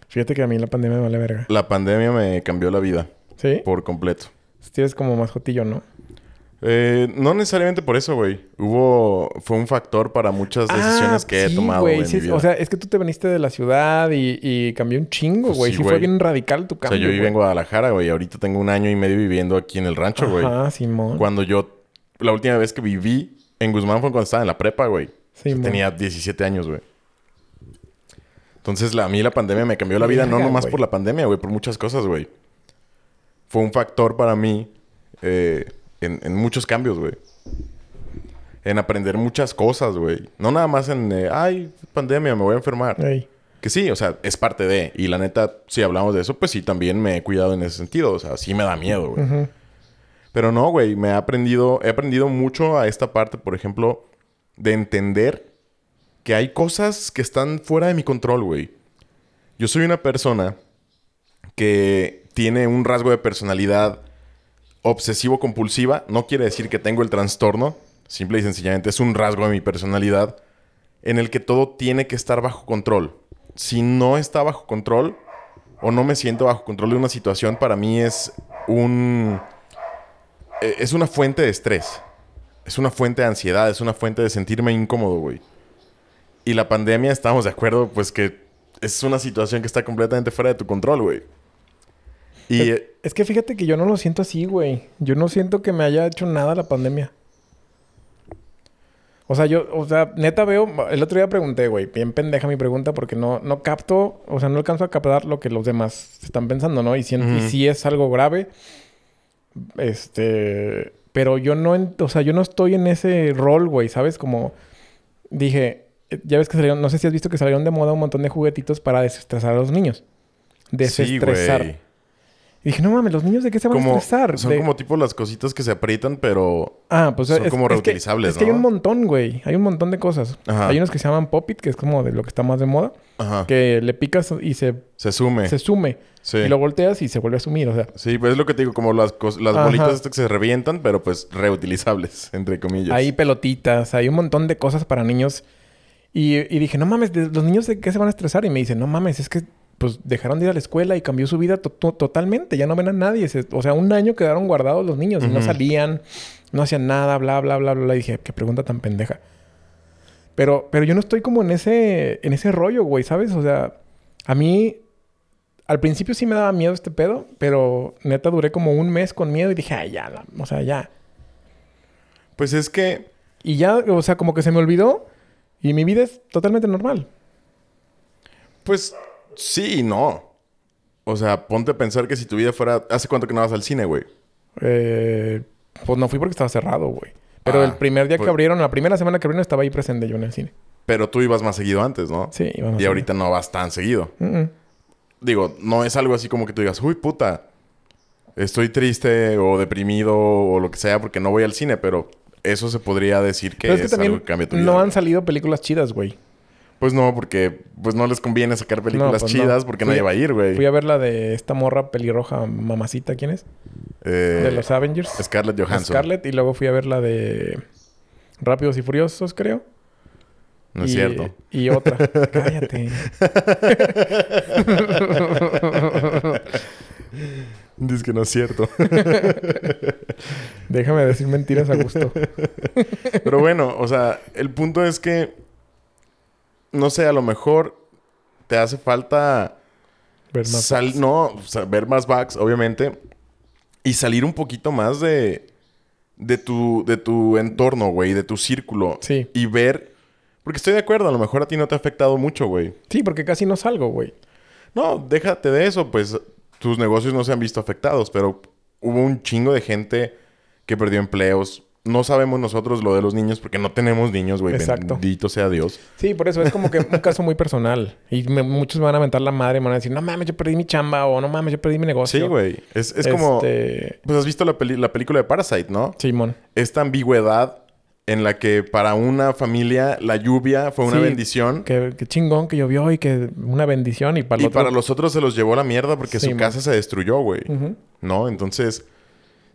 S2: Fíjate que a mí la pandemia me vale verga.
S1: La pandemia me cambió la vida
S2: ¿Sí?
S1: por completo.
S2: Tienes como más jotillo, ¿no?
S1: Eh, no necesariamente por eso, güey. Hubo... Fue un factor para muchas decisiones
S2: Ah,
S1: que he
S2: sí,
S1: tomado
S2: güey,
S1: en
S2: sí,
S1: mi vida.
S2: O sea, es que tú te veniste de la ciudad y, y cambió un chingo,
S1: Pues
S2: güey.
S1: sí,
S2: sí, fue
S1: güey.
S2: bien radical tu
S1: O sea,
S2: cambio.
S1: yo vivía en
S2: güey.
S1: Guadalajara, güey. y Ahorita tengo un año y medio viviendo aquí en el rancho, güey.
S2: Ajá, Simón.
S1: Cuando yo... La última vez que viví en Guzmán fue cuando estaba en la prepa, güey. O sea,
S2: Simón.
S1: tenía 17 años, güey. Entonces, la, a mí la pandemia me cambió la vida. no
S2: Verga,
S1: nomás
S2: güey.
S1: por la pandemia, güey. Por muchas cosas, güey. Fue un factor para mí eh, en, en muchos cambios, güey. En aprender muchas cosas, güey. No nada más en... eh, Ay, pandemia, me voy a enfermar.
S2: Ey.
S1: Que sí, o sea, es parte de. Y la neta, si hablamos de eso, pues sí, también me he cuidado en ese sentido. O sea, sí me da miedo, güey.
S2: Ujú.
S1: Pero no, güey, me ha aprendido, he aprendido mucho a esta parte, por ejemplo, de entender que hay cosas que están fuera de mi control, güey. Yo soy una persona que tiene un rasgo de personalidad obsesivo-compulsiva. No quiere decir que tengo el trastorno. Simple y sencillamente es un rasgo de mi personalidad en el que todo tiene que estar bajo control. Si no está bajo control o no me siento bajo control de una situación, para mí es un... e- Es una fuente de estrés. Es una fuente de ansiedad. Es una fuente de sentirme incómodo, güey. Y la pandemia, estamos de acuerdo, pues que es una situación que está completamente fuera de tu control, güey. Y... eh,
S2: Es, es que fíjate que yo no lo siento así, güey. Yo no siento que me haya hecho nada la pandemia. O sea, yo, o sea, neta veo, el otro día pregunté, güey, bien pendeja mi pregunta porque no, no capto, o sea, no alcanzo a captar lo que los demás están pensando, ¿no? Y si, y
S1: Ujú.
S2: si es algo grave, este, pero yo no, en- o sea, yo no estoy en ese rol, güey, ¿sabes? Como dije, eh, ya ves que salieron, no sé si has visto que salieron de moda un montón de juguetitos para desestresar a los niños.
S1: sí,
S2: Desestresar.
S1: güey.
S2: Y dije, no mames, ¿los niños de qué se van a
S1: como,
S2: estresar?
S1: Son
S2: De-
S1: como tipo las cositas que se aprietan, pero.
S2: Ah, pues
S1: son
S2: es-
S1: como
S2: es que-
S1: reutilizables,
S2: Es que, hay
S1: ¿no?
S2: un montón, güey. Hay un montón de cosas.
S1: Ajá.
S2: Hay unos que se llaman Pop-It, que es como de lo que está más de moda.
S1: Ajá.
S2: Que le picas y se,
S1: Se sume.
S2: se sume.
S1: sí.
S2: Y lo volteas y se vuelve a sumir. O sea,
S1: Sí, pues es lo que te digo, como las, cos- las
S2: Ajá.
S1: bolitas estas que se revientan, pero pues reutilizables, entre comillas.
S2: hay pelotitas, hay un montón de cosas para niños. Y, y dije, no mames, ¿de- ¿los niños de qué se van a estresar? Y me dicen, no mames, es que pues dejaron de ir a la escuela y cambió su vida to- to- totalmente. Ya no ven a nadie. Se- o sea, un año quedaron guardados los niños y no
S1: Ujú.
S2: salían, no hacían nada, bla, bla, bla, bla. Y dije, qué pregunta tan pendeja. Pero, pero yo no estoy como en ese, en ese rollo, güey, ¿sabes? O sea, a mí al principio sí me daba miedo este pedo, pero neta duré como un mes con miedo y dije, ay, ya, la- o sea, ya.
S1: Pues es que.
S2: Y ya, o sea, como que se me olvidó y mi vida es totalmente normal.
S1: Pues sí y no. O sea, ponte a pensar que si tu vida fuera. ¿Hace cuánto que no vas al cine, güey?
S2: Eh, pues no fui porque estaba cerrado, güey. Pero
S1: Ah,
S2: el primer día
S1: pues-
S2: que abrieron, la primera semana que abrieron, estaba ahí presente yo en el cine.
S1: Pero tú ibas más seguido antes, ¿no?
S2: Sí, vamos.
S1: Y ahorita no vas tan seguido. Digo, no es algo así como que tú digas, uy, puta, estoy triste o deprimido o lo que sea porque no voy al cine, pero eso se podría decir que
S2: Pero
S1: es,
S2: es que también
S1: algo que cambia tu vida.
S2: no han
S1: güey.
S2: salido películas chidas, güey.
S1: Pues no, porque pues no les conviene sacar películas
S2: pues no.
S1: chidas porque
S2: Fui-
S1: nadie va a ir, güey.
S2: Fui a ver la de esta morra pelirroja mamacita, ¿quién es?
S1: Eh,
S2: de los Avengers.
S1: Scarlett Johansson.
S2: Scarlett. Y luego fui a ver la de Rápidos y Furiosos, creo.
S1: No es
S2: Y-
S1: cierto.
S2: Y otra. Cállate.
S1: Dices que no es cierto.
S2: Déjame decir mentiras a gusto.
S1: Pero bueno, o sea, el punto es que, no sé, a lo mejor te hace falta
S2: Ver más.
S1: Sal- no, o sea, ver más backs, obviamente. Y salir un poquito más de, de, tu, de tu entorno, güey, de tu círculo.
S2: Sí.
S1: Y ver. Porque estoy de acuerdo, a lo mejor a ti no te ha afectado mucho, güey.
S2: Sí, porque casi no salgo, güey.
S1: No, déjate de eso, pues tus negocios no se han visto afectados, pero hubo un chingo de gente que perdió empleos. No sabemos nosotros lo de los niños porque no tenemos niños, güey.
S2: Exacto.
S1: Bendito sea Dios.
S2: Sí, por eso es como que un caso muy personal. Y me- muchos me van a mentar la madre y me van a decir, no mames, yo perdí mi chamba o no mames, yo perdí mi negocio.
S1: Sí, güey. Es, es como.
S2: Este,
S1: Pues has visto la, peli- la película de Parasite, ¿no?
S2: Simón.
S1: esta ambigüedad en la que para una familia la lluvia fue una
S2: Sí.
S1: bendición
S2: Que, que chingón que llovió y que una bendición y para
S1: y
S2: el otro-
S1: para los otros se los llevó a la mierda porque
S2: Sí,
S1: su
S2: man.
S1: casa se destruyó, güey.
S2: Ujú.
S1: ¿No? Entonces,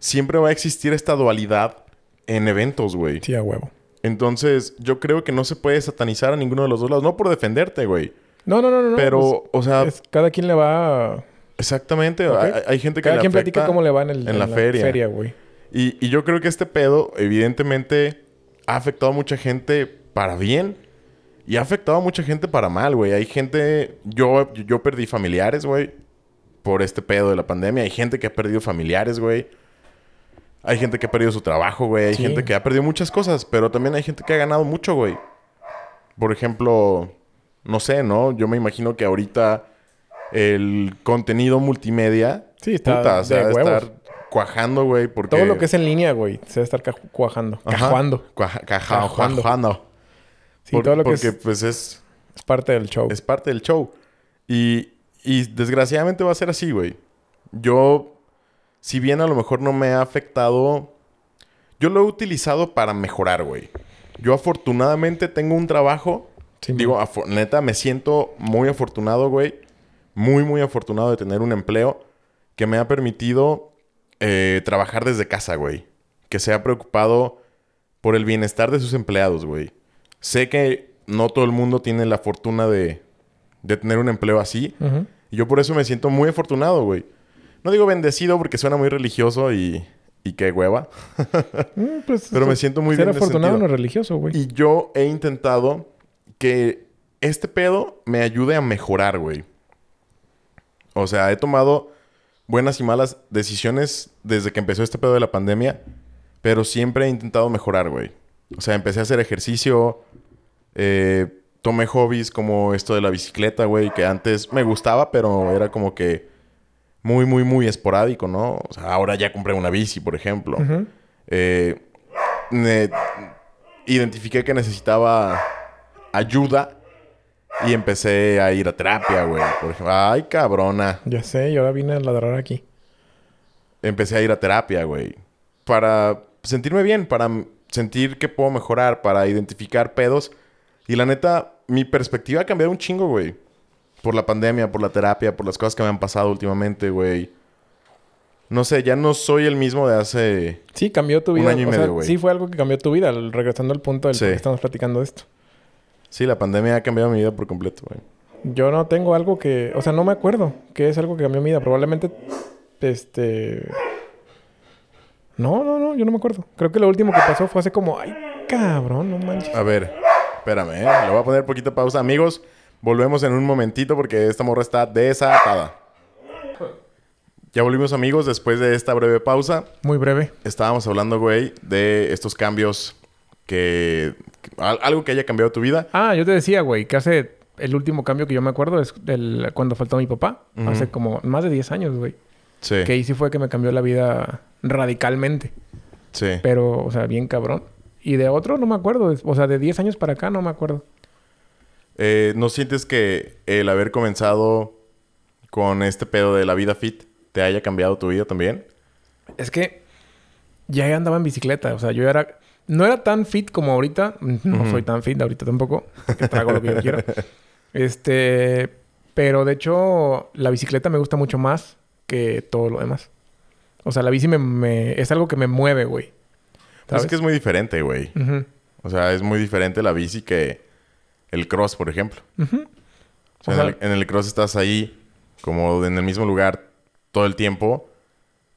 S1: siempre va a existir esta dualidad en eventos, güey.
S2: Sí, a huevo.
S1: Entonces, yo creo que no se puede satanizar a ninguno de los dos lados. No por defenderte, güey.
S2: No, no, no, no. no,
S1: Pero, o sea,
S2: pues, es- cada quien le va. a-
S1: exactamente.
S2: Ok.
S1: Hay, hay gente que
S2: Cada
S1: le
S2: quien
S1: afecta
S2: platica cómo le va en, el,
S1: en la feria.
S2: güey.
S1: Y, y yo creo que este pedo, evidentemente, ha afectado a mucha gente para bien y ha afectado a mucha gente para mal, güey. Hay gente, yo, yo perdí familiares, güey, por este pedo de la pandemia. Hay gente que ha perdido familiares, güey. Hay gente que ha perdido su trabajo, güey. Hay
S2: Sí.
S1: gente que ha perdido muchas cosas, pero también hay gente que ha ganado mucho, güey. Por ejemplo, no sé, ¿no? Yo me imagino que ahorita el contenido multimedia,
S2: Sí, está
S1: puta, o sea,
S2: de
S1: ha de
S2: huevos.
S1: estar cuajando, güey, porque
S2: Todo lo que es en línea, güey, se debe estar caju- cuajando.
S1: Ajá.
S2: Cajuando.
S1: Cuaja- caja-
S2: Cajuando.
S1: cuajando.
S2: Sí,
S1: Por-
S2: todo lo que es,
S1: porque pues es,
S2: es parte del show.
S1: es parte del show. Y, y desgraciadamente va a ser así, güey. Yo, si bien a lo mejor no me ha afectado, yo lo he utilizado para mejorar, güey. Yo afortunadamente tengo un trabajo.
S2: Sí,
S1: digo, afo- neta, me siento muy afortunado, güey. Muy, muy afortunado de tener un empleo que me ha permitido eh, trabajar desde casa, güey. Que se ha preocupado por el bienestar de sus empleados, güey. Sé que no todo el mundo tiene la fortuna de, de tener un empleo así.
S2: Ujú.
S1: Y yo por eso me siento muy afortunado, güey. No digo bendecido porque suena muy religioso y, y qué hueva.
S2: Mm, pues,
S1: Pero me
S2: eso-
S1: siento muy
S2: ser
S1: bien en ese
S2: afortunado no
S1: sentido.
S2: es religioso, güey.
S1: Y yo he intentado que este pedo me ayude a mejorar, güey. O sea, he tomado buenas y malas decisiones desde que empezó este pedo de la pandemia, pero siempre he intentado mejorar, güey. O sea, empecé a hacer ejercicio, eh, tomé hobbies como esto de la bicicleta, güey, que antes me gustaba, pero era como que muy, muy, muy esporádico, ¿no? O sea, ahora ya compré una bici, por ejemplo.
S2: Ujú.
S1: Eh, ne- identifiqué que necesitaba ayuda y empecé a ir a terapia, güey. Por ejemplo, ay, cabrona.
S2: Ya sé, y ahora vine a ladrar aquí.
S1: Empecé a ir a terapia, güey. Para sentirme bien, para m- sentir que puedo mejorar, para identificar pedos. Y la neta, mi perspectiva ha cambiado un chingo, güey. Por la pandemia, por la terapia, por las cosas que me han pasado últimamente, güey. No sé, ya no soy el mismo de hace...
S2: Sí, cambió tu
S1: Un
S2: vida.
S1: año y
S2: o sea,
S1: medio, güey.
S2: sí fue algo que cambió tu vida, al- regresando al punto del
S1: Sí.
S2: por qué estamos platicando de esto.
S1: Sí, la pandemia ha cambiado mi vida por completo, güey.
S2: Yo no tengo algo que, o sea, no me acuerdo que es algo que cambió mi vida. Probablemente, este... No, no, no, yo no me acuerdo. Creo que lo último que pasó fue hace como, ay, cabrón, no manches.
S1: A ver, espérame, ¿eh? le voy a poner poquita pausa. Amigos, volvemos en un momentito porque esta morra está desatada. Ya volvimos, amigos, después de esta breve pausa.
S2: Muy breve.
S1: Estábamos hablando, güey, de estos cambios que. que- al- algo que haya cambiado tu vida.
S2: Ah, yo te decía, güey, que hace el último cambio que yo me acuerdo es del, cuando faltó mi papá.
S1: Ujú.
S2: Hace como más de 10 años, güey.
S1: Sí.
S2: Que ahí sí fue que me cambió la vida radicalmente.
S1: Sí.
S2: Pero, o sea, bien cabrón. Y de otro no me acuerdo. O sea, de 10 años para acá no me acuerdo.
S1: Eh, ¿No sientes que el haber comenzado con este pedo de la vida fit te haya cambiado tu vida también? Pues
S2: Es que ya andaba en bicicleta. O sea, yo era... No era tan fit como ahorita. No
S1: Ujú.
S2: soy tan fit ahorita tampoco. Que trago lo que yo quiera. Este... Pero, de hecho, la bicicleta me gusta mucho más que todo lo demás. O sea, la bici me... me- es algo que me mueve, güey.
S1: Pues
S2: ¿Sabes?
S1: es que es muy diferente, güey.
S2: Ujú.
S1: O sea, es muy diferente la bici que el cross, por ejemplo. O sea,
S2: O sea-
S1: en, el, en el cross estás ahí, como en el mismo lugar todo el tiempo.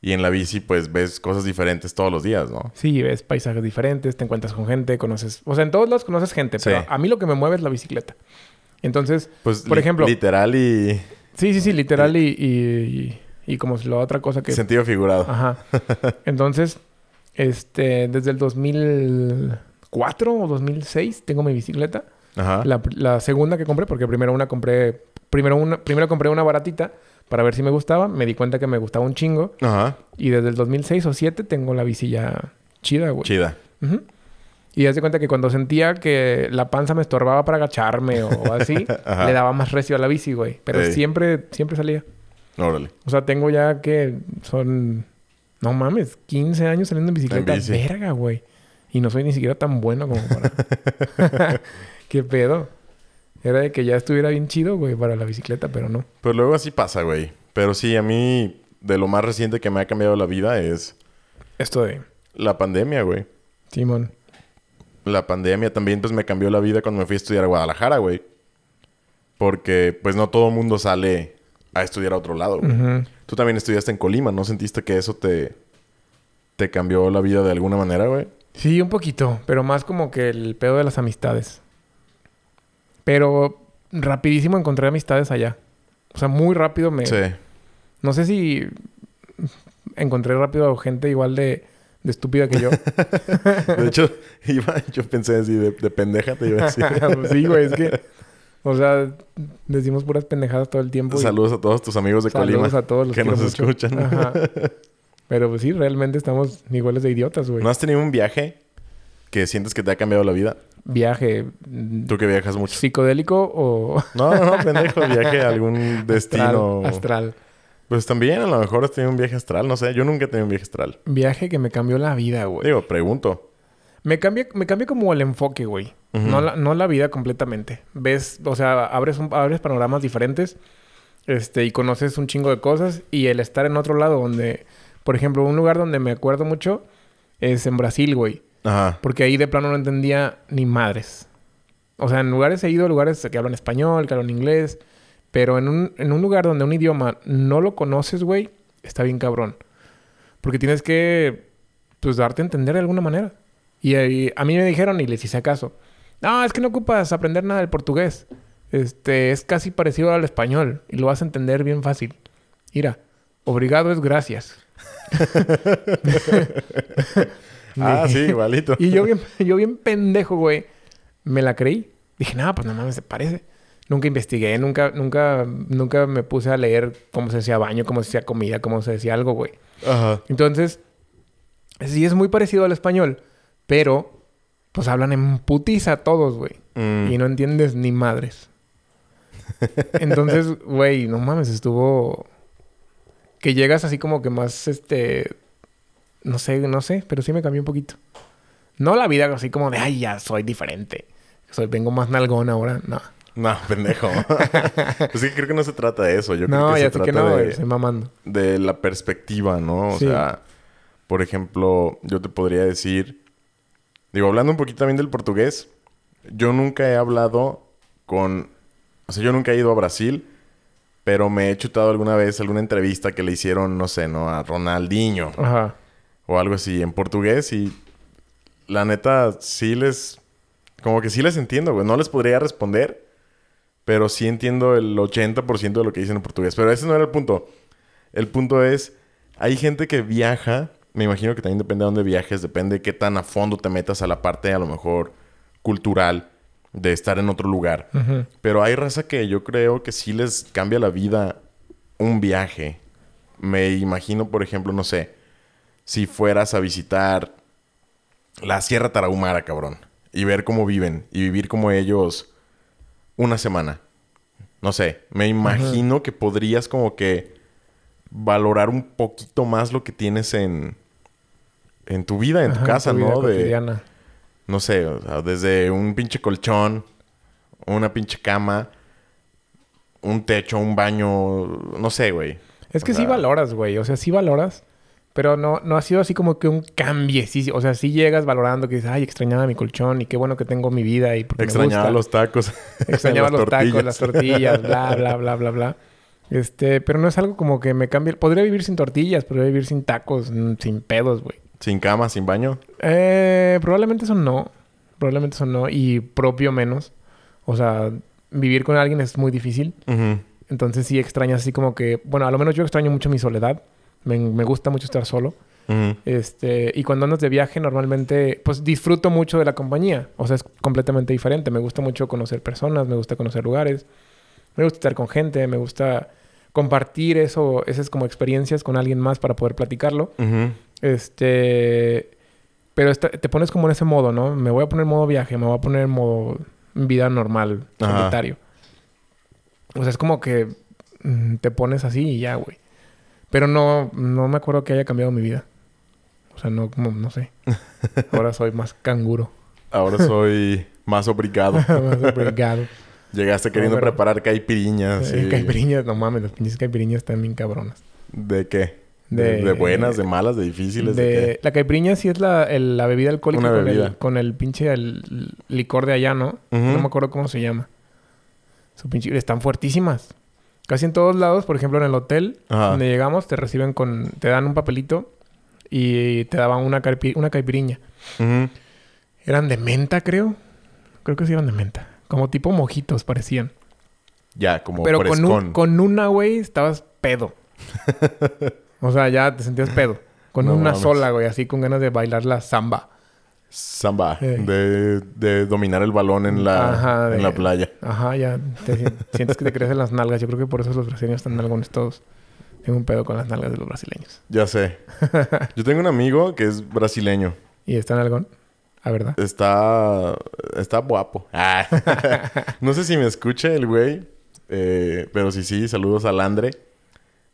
S1: Y en la bici, pues ves cosas diferentes todos los días, ¿no?
S2: Sí, ves paisajes diferentes, te encuentras con gente, conoces... O sea, en todos lados conoces gente, pero
S1: Sí.
S2: a mí lo que me mueve es la bicicleta. Entonces,
S1: Pues,
S2: Por
S1: li-
S2: ejemplo-
S1: Literal y
S2: sí, sí, sí, literal y, y, y- y como es la otra cosa que... Ah.
S1: sentido figurado.
S2: Ajá. Entonces, este, desde el 2004 o 2006 tengo mi bicicleta.
S1: Ajá.
S2: La, pr- la segunda que compré, porque primero una compré... Primero, una, primero compré una baratita para ver si me gustaba. Me di cuenta que me gustaba un chingo.
S1: Ajá.
S2: Y desde el 2006 o 2007 tengo la bici ya chida, güey.
S1: Chida.
S2: Ujú. Y haz de cuenta que cuando sentía que la panza me estorbaba para agacharme o así,
S1: Ajá.
S2: le daba más recio a la bici, güey. Pero
S1: Ey.
S2: siempre, siempre salía.
S1: Órale.
S2: O sea, tengo ya que son, no mames, 15 años saliendo en bicicleta.
S1: bici.
S2: Verga, güey. Y no soy ni siquiera tan bueno como para... ¿Qué pedo? Era de que ya estuviera bien chido, güey, para la bicicleta, pero no.
S1: Pero luego así pasa, güey. Pero sí, a mí, de lo más reciente que me ha cambiado la vida es
S2: Esto de
S1: la pandemia, güey.
S2: Simón.
S1: La pandemia también, pues, me cambió la vida cuando me fui a estudiar a Guadalajara, güey. Porque, pues, no todo mundo sale a estudiar a otro lado, güey.
S2: Ujú.
S1: Tú también estudiaste en Colima, ¿no sentiste que eso te, te cambió la vida de alguna manera, güey?
S2: Sí, un poquito, pero más como que el pedo de las amistades. Pero rapidísimo encontré amistades allá. O sea, muy rápido me...
S1: Sí.
S2: No sé si encontré rápido a gente igual de, de estúpida que yo.
S1: De hecho, iba, yo pensé así, de, de pendeja te iba a decir.
S2: Pues sí, güey, es que... O sea, decimos puras pendejadas todo el tiempo. y
S1: Saludos a todos tus amigos de Colima
S2: saludos a todos los
S1: que
S2: quiero
S1: nos
S2: mucho.
S1: escuchan.
S2: Ajá. Pero pues sí, realmente estamos iguales de idiotas, güey.
S1: ¿No has tenido un viaje que sientes que te ha cambiado la vida?
S2: Viaje mm,
S1: Tú que viajas mucho.
S2: psicodélico o
S1: No, no, no, pendejo, viaje a algún destino.
S2: astral, astral.
S1: Pues también, a lo mejor has tenido un viaje astral, no sé, yo nunca he tenido un viaje astral.
S2: Viaje que me cambió la vida, güey.
S1: Digo, pregunto.
S2: Me cambia, me cambia como el enfoque, güey.
S1: Ujú.
S2: no, la, no la vida completamente. Ves, o sea, abres, un- abres panoramas diferentes este, y conoces un chingo de cosas. Y el estar en otro lado donde, por ejemplo, un lugar donde me acuerdo mucho es en Brasil, güey.
S1: Ajá.
S2: Porque ahí de plano no entendía ni madres. O sea, en lugares he ido, a lugares que hablan español, que hablan inglés. Pero en un, en un lugar donde un idioma no lo conoces, güey, está bien cabrón. Porque tienes que, pues, darte a entender de alguna manera. Y ahí- a mí me dijeron, y les hice caso, no, es que no ocupas aprender nada del portugués. Este, es casi parecido al español y lo vas a entender bien fácil. Mira, obrigado es gracias.
S1: Ah, sí, igualito.
S2: Y yo bien, yo bien pendejo, güey. Me la creí. Dije, nada, pues no mames, se parece. Nunca investigué, nunca, nunca, nunca me puse a leer cómo se decía baño, cómo se decía comida, cómo se decía algo, güey.
S1: Ajá.
S2: Entonces, sí es muy parecido al español, pero pues hablan en putiza todos, güey.
S1: Mm.
S2: Y no entiendes ni madres. Entonces, güey, no mames, estuvo. Que llegas así como que más este. No sé, no sé, pero sí me cambió un poquito. No la vida así como de, ay, ya soy diferente. Soy, vengo más nalgón ahora. No,
S1: No, pendejo. pues que creo que no se trata de eso. Yo creo
S2: no
S1: que se
S2: ya sé
S1: trata
S2: que no, güey,
S1: de,
S2: estoy mamando.
S1: de la perspectiva, ¿no? O
S2: Sí.
S1: sea, por ejemplo, yo te podría decir, digo, hablando un poquito también del portugués, yo nunca he hablado con, o sea, yo nunca he ido a Brasil, pero me he chutado alguna vez alguna entrevista que le hicieron, no sé, ¿no? A Ronaldinho
S2: Ajá.
S1: o algo así en portugués y la neta sí les como que sí les entiendo, güey, no les podría responder, pero sí entiendo el 80% de lo que dicen en portugués, pero ese no era el punto. El punto es hay gente que viaja, me imagino que también depende de dónde viajes, depende de qué tan a fondo te metas a la parte a lo mejor cultural de estar en otro lugar.
S2: Ujú.
S1: Pero hay raza que yo creo que sí les cambia la vida un viaje. Me imagino, por ejemplo, no sé, si fueras a visitar la Sierra Tarahumara, cabrón, y ver cómo viven y vivir como ellos una semana. No sé, me imagino que podrías como que valorar un poquito más lo que tienes en, en tu vida, en tu
S2: Ajá,
S1: casa,
S2: vida
S1: ¿no? De,
S2: cotidiana.
S1: no sé, o sea, desde un pinche colchón, una pinche cama, un techo, un baño, no sé, güey.
S2: Es que
S1: O
S2: sí
S1: sea,
S2: valoras, güey. O sea, sí valoras. Pero no, no ha sido así como que un cambie. Sí, sí, o sea, sí llegas valorando que dices, ay, extrañaba mi colchón y qué bueno que tengo mi vida y porque me
S1: Extrañaba
S2: gusta".
S1: los tacos.
S2: Extrañaba
S1: las
S2: los tacos,
S1: tortillas.
S2: las tortillas, bla, bla, bla, bla, bla. Este, pero no es algo como que me cambie. Podría vivir sin tortillas, podría vivir sin tacos, mm, sin pedos, güey.
S1: Sin cama, sin baño.
S2: Eh, probablemente eso no. Probablemente eso no. Y propio menos. O sea, vivir con alguien es muy difícil.
S1: Ujú.
S2: Entonces sí extrañas así como que... Bueno, a lo menos yo extraño mucho mi soledad. Me, me gusta mucho estar solo.
S1: Ujú.
S2: Este, y cuando andas de viaje normalmente, pues disfruto mucho de la compañía. O sea, es completamente diferente. Me gusta mucho conocer personas, me gusta conocer lugares, me gusta estar con gente, me gusta compartir eso, esas como experiencias con alguien más para poder platicarlo.
S1: Ujú.
S2: Este, pero esta- te pones como en ese modo, ¿no? Me voy a poner modo viaje, me voy a poner en modo vida normal,
S1: Ajá.
S2: solitario. O sea, es como que mm, te pones así y ya, güey. Pero no, no me acuerdo que haya cambiado mi vida. O sea, no, como, no sé. Ahora soy más canguro.
S1: Ahora soy más obligado.
S2: más obligado.
S1: Llegaste queriendo
S2: pero-
S1: preparar caipiriñas.
S2: Eh,
S1: y-
S2: Caipiriñas, no mames, las pinches caipiriñas están bien cabronas.
S1: ¿De qué? De,
S2: De-
S1: de buenas, de malas, de difíciles, de,
S2: De-
S1: qué?
S2: la caipiriña sí es la, el- la bebida alcohólica
S1: Una
S2: con,
S1: bebida.
S2: El, con el pinche el- licor de allá, ¿no?
S1: Ujú.
S2: No me acuerdo cómo se llama. Su pinche, están fuertísimas. Casi en todos lados, por ejemplo, en el hotel
S1: Ajá.
S2: donde llegamos, te reciben con, te dan un papelito y te daban una, caipi- una caipiriña.
S1: Ujú.
S2: Eran de menta, creo. Creo que sí eran de menta. Como tipo mojitos parecían.
S1: Ya, como
S2: Pero con,
S1: frescón.
S2: un- con una, güey, estabas pedo. o sea, ya te sentías pedo. Con
S1: No
S2: una
S1: mames.
S2: sola, güey, así con ganas de bailar la samba.
S1: Samba.
S2: Eh.
S1: De, de dominar el balón en la,
S2: Ajá, de-
S1: en la playa.
S2: Ajá, ya te sien- sientes que te crecen las nalgas. Yo creo que por eso los brasileños están nalgones todos. Tengo un pedo con las nalgas de los brasileños.
S1: Ya sé. Yo tengo un amigo que es brasileño.
S2: ¿Y está nalgón? A verdad.
S1: Está. Está guapo. Ah. no sé si me escucha el güey. eh, pero sí, sí, saludos al Andre.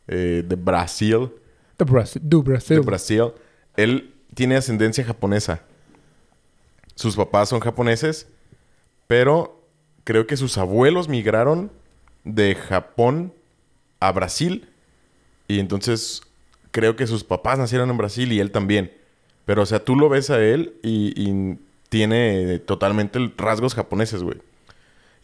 S1: eh, de Brasil.
S2: The Brasil. Do Brasil.
S1: De Brasil. Él tiene ascendencia japonesa. Sus papás son japoneses. Pero creo que sus abuelos migraron de Japón a Brasil. Y entonces creo que sus papás nacieron en Brasil y él también. Pero, o sea, tú lo ves a él y, y tiene totalmente el- rasgos japoneses, güey.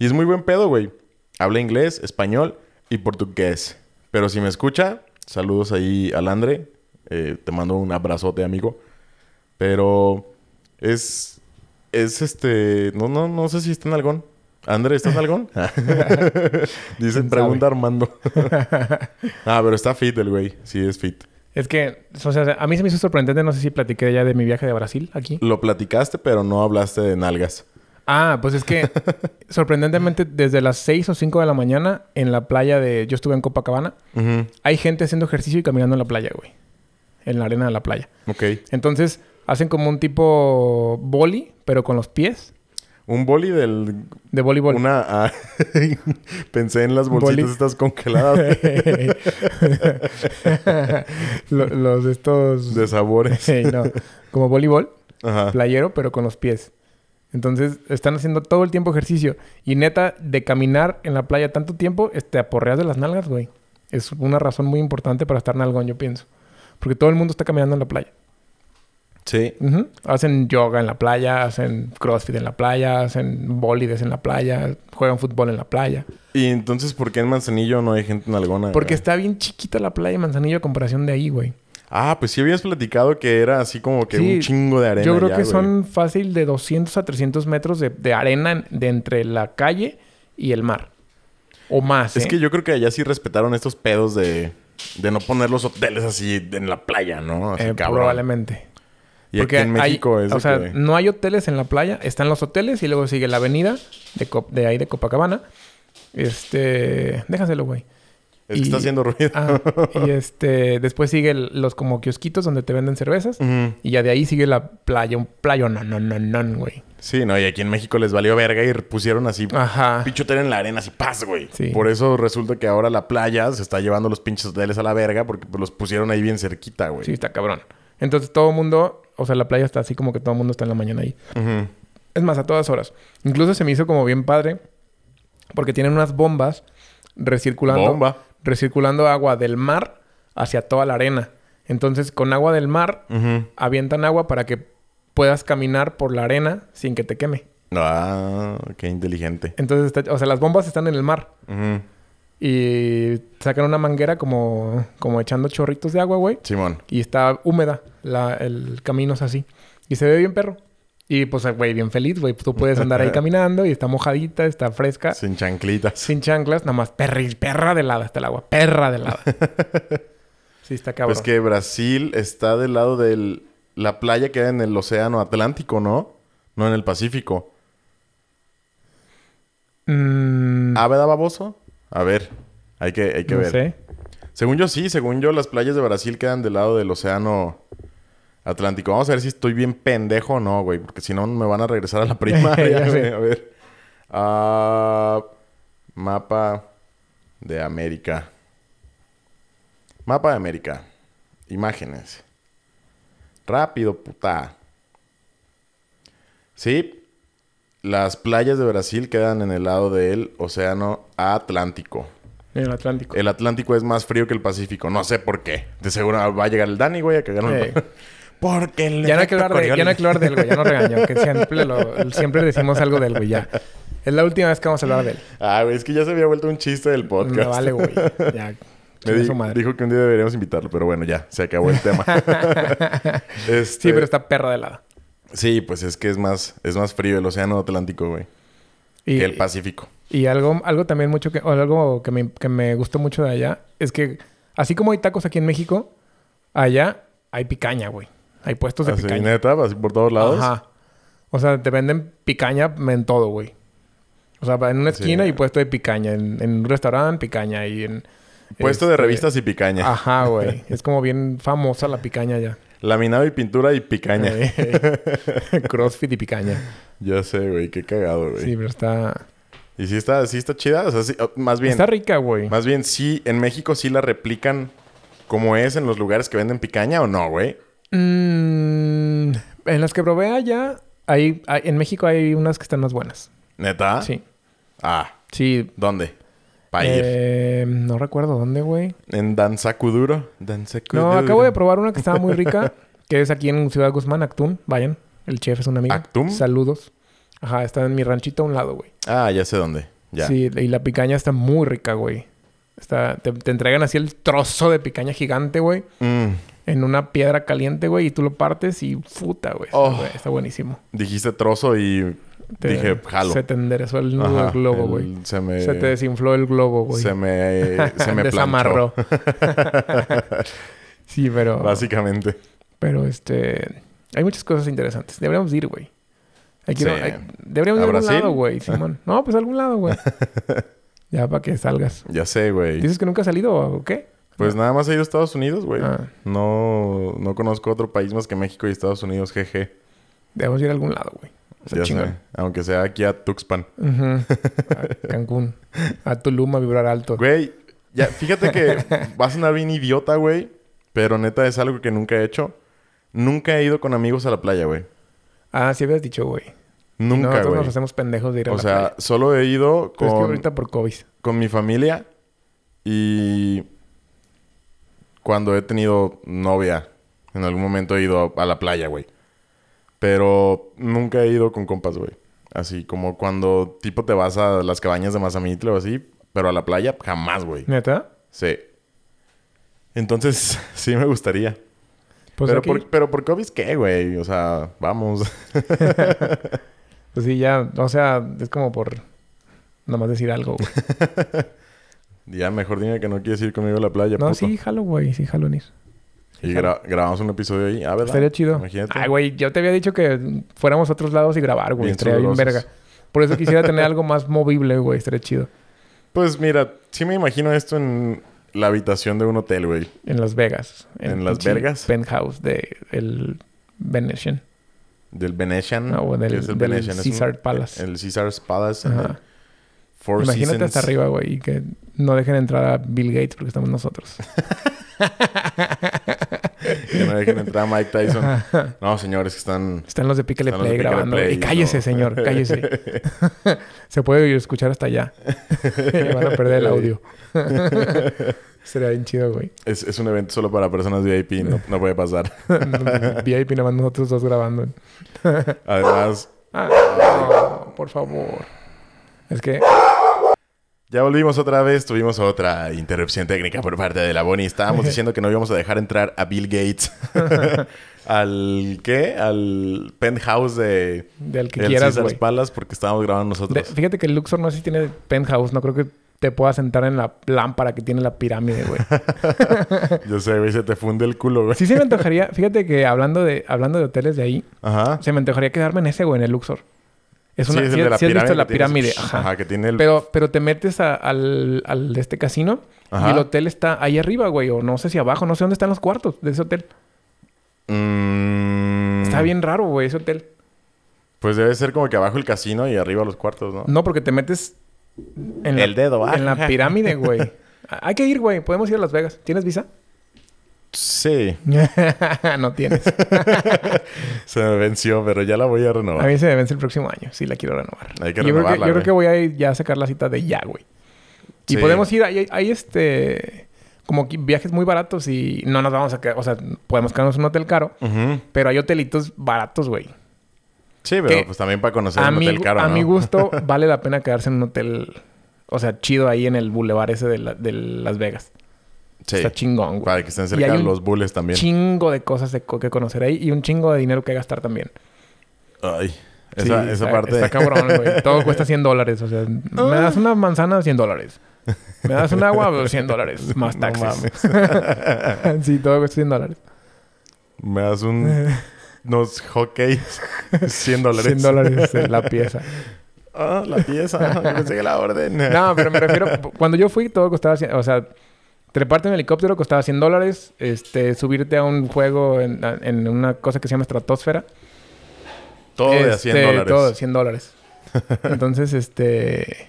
S1: Y es muy buen pedo, güey. Habla inglés, español y portugués. Pero si me escucha, saludos ahí al Andre. Eh, te mando un abrazote, amigo. Pero es. Es este. No, no, no sé si está en algón. Andre, ¿está en algón? Dice,
S2: ¿Quién
S1: pregunta Armando. ah, pero está fit el güey. Sí, es fit.
S2: Es que, o sea, a mí se me hizo sorprendente. No sé si platiqué ya de mi viaje de Brasil aquí.
S1: Lo platicaste, pero no hablaste de nalgas.
S2: Ah, pues es que sorprendentemente desde las 6 o 5 de la mañana en la playa de... Yo estuve en Copacabana.
S1: Ujú.
S2: Hay gente haciendo ejercicio y caminando en la playa, güey. En la arena de la playa.
S1: Ok.
S2: Entonces hacen como un tipo boli, pero con los pies.
S1: Un boli del.
S2: De voleibol.
S1: Una. ah, pensé en las bolsitas
S2: Boli.
S1: estas congeladas
S2: Lo- los de estos...
S1: de sabores.
S2: Ey, no. Como voleibol,
S1: Ajá.
S2: playero, pero con los pies. Entonces están haciendo todo el tiempo ejercicio. Y neta, de caminar en la playa tanto tiempo, es- te aporreas de las nalgas, güey. Es una razón muy importante para estar nalgón, yo pienso. Porque todo el mundo está caminando en la playa.
S1: Sí.
S2: Ujú. Hacen yoga en la playa, hacen crossfit en la playa, hacen bolides en la playa, juegan fútbol en la playa.
S1: Y entonces, ¿por qué en Manzanillo no hay gente en Ah, alguna?
S2: Porque está bien chiquita la playa de Manzanillo a comparación de ahí, güey.
S1: Ah, pues sí habías platicado que era así como que
S2: Sí,
S1: un chingo de arena.
S2: Yo creo
S1: ya,
S2: que
S1: güey.
S2: son fácil de 200 a 300 metros de, de arena en- de entre la calle y el mar. O más.
S1: Es
S2: ¿eh?
S1: que yo creo que allá sí respetaron estos pedos de, de no poner los hoteles así en la playa, ¿no? Así
S2: Eh,
S1: cabrón.
S2: probablemente.
S1: Y aquí en México
S2: hay,
S1: es
S2: o
S1: de
S2: sea,
S1: que-
S2: no hay hoteles en la playa. Están los hoteles y luego sigue la avenida de, Cop- de ahí de Copacabana. Este... Déjaselo, güey.
S1: Es que está
S2: y-
S1: haciendo ruido.
S2: Ah, y este... Después sigue el- los como kiosquitos donde te venden cervezas.
S1: Ujú.
S2: Y ya de ahí sigue la playa. Un playo no, no, no, no, güey.
S1: Sí, no, y aquí en México les valió verga y pusieron así
S2: Ajá.
S1: pinche hotel en la arena, así paz, güey.
S2: Ah. Sí.
S1: Por eso resulta que ahora la playa se está llevando los pinches hoteles a la verga porque pues, los pusieron ahí bien cerquita, güey.
S2: Sí, está cabrón. Entonces todo el mundo... O sea, la playa está así como que todo el mundo está en la mañana ahí.
S1: Ujú.
S2: Es más, a todas horas. Incluso se me hizo como bien padre porque tienen unas bombas recirculando,
S1: Bomba.
S2: recirculando agua del mar hacia toda la arena. Entonces, con agua del mar
S1: Ujú.
S2: avientan agua para que puedas caminar por la arena sin que te queme.
S1: Ah, qué inteligente.
S2: Entonces, está- o sea, las bombas están en el mar
S1: Ujú.
S2: y sacan una manguera como como echando chorritos de agua, güey,
S1: Simón.
S2: y está húmeda, la- el camino es así y se ve bien perro. Y pues, güey, bien feliz, güey. Tú puedes andar ahí caminando y está mojadita, está fresca.
S1: Sin chanclitas.
S2: Sin chanclas, nada más perra, perra de lado hasta el agua. Perra de lado. sí, está cabrón.
S1: Pues que Brasil está del lado de la playa que hay en el océano Atlántico, ¿no? No en el Pacífico.
S2: Mm,
S1: ¿Ah, verdad, baboso? A ver, hay que, hay que
S2: no
S1: ver.
S2: sé.
S1: Según yo sí, según yo las playas de Brasil quedan del lado del océano Atlántico. Vamos a ver si estoy bien pendejo o no, güey, porque si no me van a regresar a la primaria.
S2: Ya sé.
S1: güey. a ver. Ah, mapa de América. Mapa de América. Imágenes. Rápido, puta. Sí. Las playas de Brasil quedan en el lado del océano Atlántico.
S2: En el Atlántico.
S1: El Atlántico es más frío que el Pacífico. No sé por qué. De seguro va a llegar el Dani, güey, a cagar un-
S2: Eh.
S1: Porque el
S2: Ya no hay que
S1: efecto
S2: hablar de, ya no
S1: Coriolis.
S2: hay que hablar de él, güey. Ya no regaño. Que siempre, lo- siempre decimos algo del güey, ya. Es la última vez que vamos a hablar de él.
S1: Ah, güey, es que ya se había vuelto un chiste del podcast.
S2: Me vale, güey. Ya.
S1: Me
S2: chinga
S1: di-
S2: su madre.
S1: dijo que un día deberíamos invitarlo, pero bueno, ya, se acabó el tema. Este,
S2: Sí, pero está perra de lado.
S1: Sí, pues es que es más, es más frío el océano Atlántico, güey,
S2: Y,
S1: que el Pacífico.
S2: y algo, algo también mucho que, o algo que me, que me gustó mucho de allá es que así como hay tacos aquí en México, allá hay picaña, güey. Hay puestos de
S1: Así,
S2: picaña.
S1: neta, así por todos lados.
S2: Ajá. O sea, te venden picaña en todo, güey. O sea, en una
S1: Sí.
S2: esquina y puesto de picaña. En, en un restaurante, picaña. Y en...
S1: Puesto de
S2: este,
S1: revistas y picaña.
S2: Ajá, güey. Es como bien famosa la picaña ya.
S1: Laminado y pintura y picaña.
S2: Crossfit y picaña.
S1: Ya sé, güey, qué cagado, güey.
S2: Eh. Sí, pero está...
S1: Y sí está, sí está chida, o sea, sí- oh, más bien,
S2: Está rica, güey.
S1: más bien sí, en México sí la replican como es en los lugares que venden picaña o no, güey.
S2: Mm, en las que probé allá, hay, hay- en México hay unas que están más buenas.
S1: Neta.
S2: Sí.
S1: Ah,
S2: Sí.
S1: ¿dónde? Para ir.
S2: Eh, no recuerdo dónde, güey.
S1: En Danzacuduro. Danzacuduro.
S2: No, acabo de probar una que estaba muy rica, que es aquí en Ciudad Guzmán, Actum. Vayan, el chef es un amigo.
S1: ¿Actum?
S2: Saludos. Ajá, está en mi ranchito a un lado, güey.
S1: Ah, ya sé dónde. Ya.
S2: Sí, y la picaña está muy rica, güey. Está, te, te entregan así el trozo de picaña gigante, güey,
S1: Mm,
S2: en una piedra caliente, güey, y tú lo partes y puta, güey. Está,
S1: Oh.
S2: güey, está buenísimo.
S1: dijiste trozo y
S2: Te-
S1: dije, jalo.
S2: Se te enderezó el nudo
S1: Ajá,
S2: del globo,
S1: el-
S2: güey.
S1: Se me...
S2: Se te desinfló el globo, güey.
S1: Se me... Se me planchó.
S2: desamarró. sí, pero.
S1: Básicamente.
S2: Pero este. Hay muchas cosas interesantes. Deberíamos ir, güey. Hay que ir a-
S1: Sí.
S2: hay- deberíamos ir
S1: ¿A
S2: a algún
S1: Brasil?
S2: lado, güey, Simón. No, pues a algún lado, güey. ya para que salgas.
S1: Ya sé, güey.
S2: ¿Dices que nunca has salido o qué?
S1: Pues nada más he ido a Estados Unidos, güey.
S2: Ah,
S1: No, no conozco otro país más que México y Estados Unidos, jeje.
S2: debemos ir a algún lado, güey. Está
S1: Ya
S2: chingón.
S1: sé. Aunque sea aquí a Tuxpan.
S2: Ujú. A Cancún. A Tulum a vibrar alto.
S1: Güey, ya, fíjate que va a sonar bien idiota, güey. Pero neta es algo que nunca he hecho. Nunca he ido con amigos a la playa, güey.
S2: Ah, sí habías dicho, güey.
S1: Nunca,
S2: Nosotros nos
S1: güey.
S2: hacemos pendejos de ir a
S1: O
S2: la
S1: sea,
S2: playa.
S1: solo he ido
S2: Pero es que
S1: con,
S2: ahorita por COVID.
S1: con mi familia y cuando he tenido novia. En algún momento he ido a la playa, güey. Pero nunca he ido con compas, güey. Así como cuando tipo te vas a las cabañas de Mazamitla o así, pero a la playa jamás, güey.
S2: ¿Neta?
S1: Sí. Entonces, sí me gustaría.
S2: Pues,
S1: pero,
S2: aquí-
S1: por, pero por COVID, ¿qué, güey? O sea, vamos.
S2: pues sí, ya. O sea, es como por... Nomás decir algo, güey.
S1: ya mejor dime que no quieres ir conmigo a la playa,
S2: No,
S1: puto.
S2: sí, jalo, güey. Sí, jalo en ir.
S1: Y gra- grabamos un episodio ahí. Ah, ¿verdad?
S2: Estaría chido.
S1: Imagínate.
S2: Ay, güey, yo te había dicho que fuéramos a otros lados y grabar, güey.
S1: Bien
S2: Estaría bien
S1: sudorosos.
S2: verga. Por eso quisiera tener algo más movible, güey. Estaría chido.
S1: Pues mira, sí me imagino esto en la habitación de un hotel, güey.
S2: En Las Vegas.
S1: ¿En
S2: el
S1: Las
S2: pinche
S1: Vegas?
S2: Penthouse de el Venetian.
S1: Del Venetian.
S2: No, Ah, güey, del-
S1: que
S2: del
S1: Es
S2: Caesar Palace.
S1: El Caesar's Palace. en el
S2: Ajá.
S1: Four
S2: Imagínate
S1: Seasons.
S2: hasta arriba, güey. Y que no dejen entrar a Bill Gates porque estamos nosotros.
S1: Que no dejen entrar a Mike Tyson. no, señores, que están...
S2: Están los de Pícale
S1: Están los de
S2: Play
S1: Pícale
S2: grabando.
S1: Play,
S2: y cállese,
S1: no.
S2: señor. Cállese. Se puede escuchar hasta allá. Van a perder el audio. Sería bien chido, güey.
S1: Es, es un evento solo para personas VIP. No, no puede pasar.
S2: VIP nada más nosotros dos grabando.
S1: Además,
S2: Ah, no, por favor. Es que
S1: ya volvimos otra vez. Tuvimos otra interrupción técnica por parte de la Bonnie. Estábamos diciendo que no íbamos a dejar entrar a Bill Gates. ¿Al qué? Al penthouse de...
S2: del que
S1: el
S2: quieras,
S1: Caesar's
S2: güey.
S1: Palace porque estábamos grabando
S2: De-
S1: nosotros.
S2: Fíjate que el Luxor no sé si tiene penthouse. No creo que te puedas sentar en la lámpara que tiene la pirámide, güey.
S1: Yo sé, güey, se te funde el culo, güey.
S2: Sí se me antojaría... Fíjate que hablando de, hablando de hoteles de ahí,
S1: Ajá.
S2: se me antojaría quedarme en ese, güey, en el Luxor. Es una...
S1: es
S2: sí-
S1: el de
S2: sí has visto la
S1: que tiene-
S2: pirámide. Ajá.
S1: que tiene el...
S2: Pero, pero te metes a- al, al de este casino
S1: Ajá.
S2: y el hotel está ahí arriba, güey. O no sé si abajo. No sé dónde están los cuartos de ese hotel.
S1: Mm,
S2: Está bien raro, güey, ese hotel.
S1: Pues debe ser como que abajo el casino y arriba los cuartos, ¿no?
S2: No, porque te metes en
S1: Oh. El dedo, ah.
S2: En la pirámide, güey. Hay que ir, güey. Podemos ir a Las Vegas. ¿Tienes visa?
S1: Sí,
S2: no tienes.
S1: se me venció, pero ya la voy a renovar.
S2: A mí se me vence el próximo año. Sí, la quiero renovar.
S1: Hay que
S2: yo, creo que,
S1: renovarla,
S2: yo creo
S1: güey.
S2: que voy a ir ya a sacar la cita de ya, güey. Y
S1: Sí.
S2: podemos ir, hay, hay este. Como que viajes muy baratos y no nos vamos a quedar. O sea, podemos quedarnos en un hotel caro,
S1: Ujú.
S2: pero hay hotelitos baratos, güey.
S1: Sí, pero
S2: Que
S1: pues también para conocer
S2: A,
S1: un
S2: mi,
S1: hotel caro,
S2: a
S1: ¿no?
S2: mi gusto, vale la pena quedarse en un hotel. O sea, chido ahí en el bulevar ese de, la- de Las Vegas.
S1: Sí.
S2: Está chingón, güey.
S1: Para que estén
S2: Y hay
S1: cerca
S2: un
S1: los bulles también.
S2: Chingo de cosas de co- que conocer ahí y un chingo de dinero que gastar también.
S1: Ay, esa,
S2: Sí,
S1: esa
S2: está-
S1: parte.
S2: Está cabrón, güey. Todo cuesta 100 dólares. O sea, me das
S1: Ah.
S2: una manzana, 100 dólares. Me das un agua, pues, 100 dólares. Más
S1: No
S2: taxes. sí, todo cuesta 100 dólares.
S1: Me das un, unos hotcakes. 100 dólares.
S2: 100 dólares es la pieza.
S1: Ah, la pieza. Yo pensé que la orden.
S2: No, pero me refiero... Cuando yo fui, todo costaba 100... O sea, treparte en helicóptero costaba 100 dólares. Este, subirte a un juego en, en una cosa que se llama estratosfera.
S1: Todo de a
S2: Este,
S1: 100 dólares.
S2: Todo de 100 dólares. Entonces, este...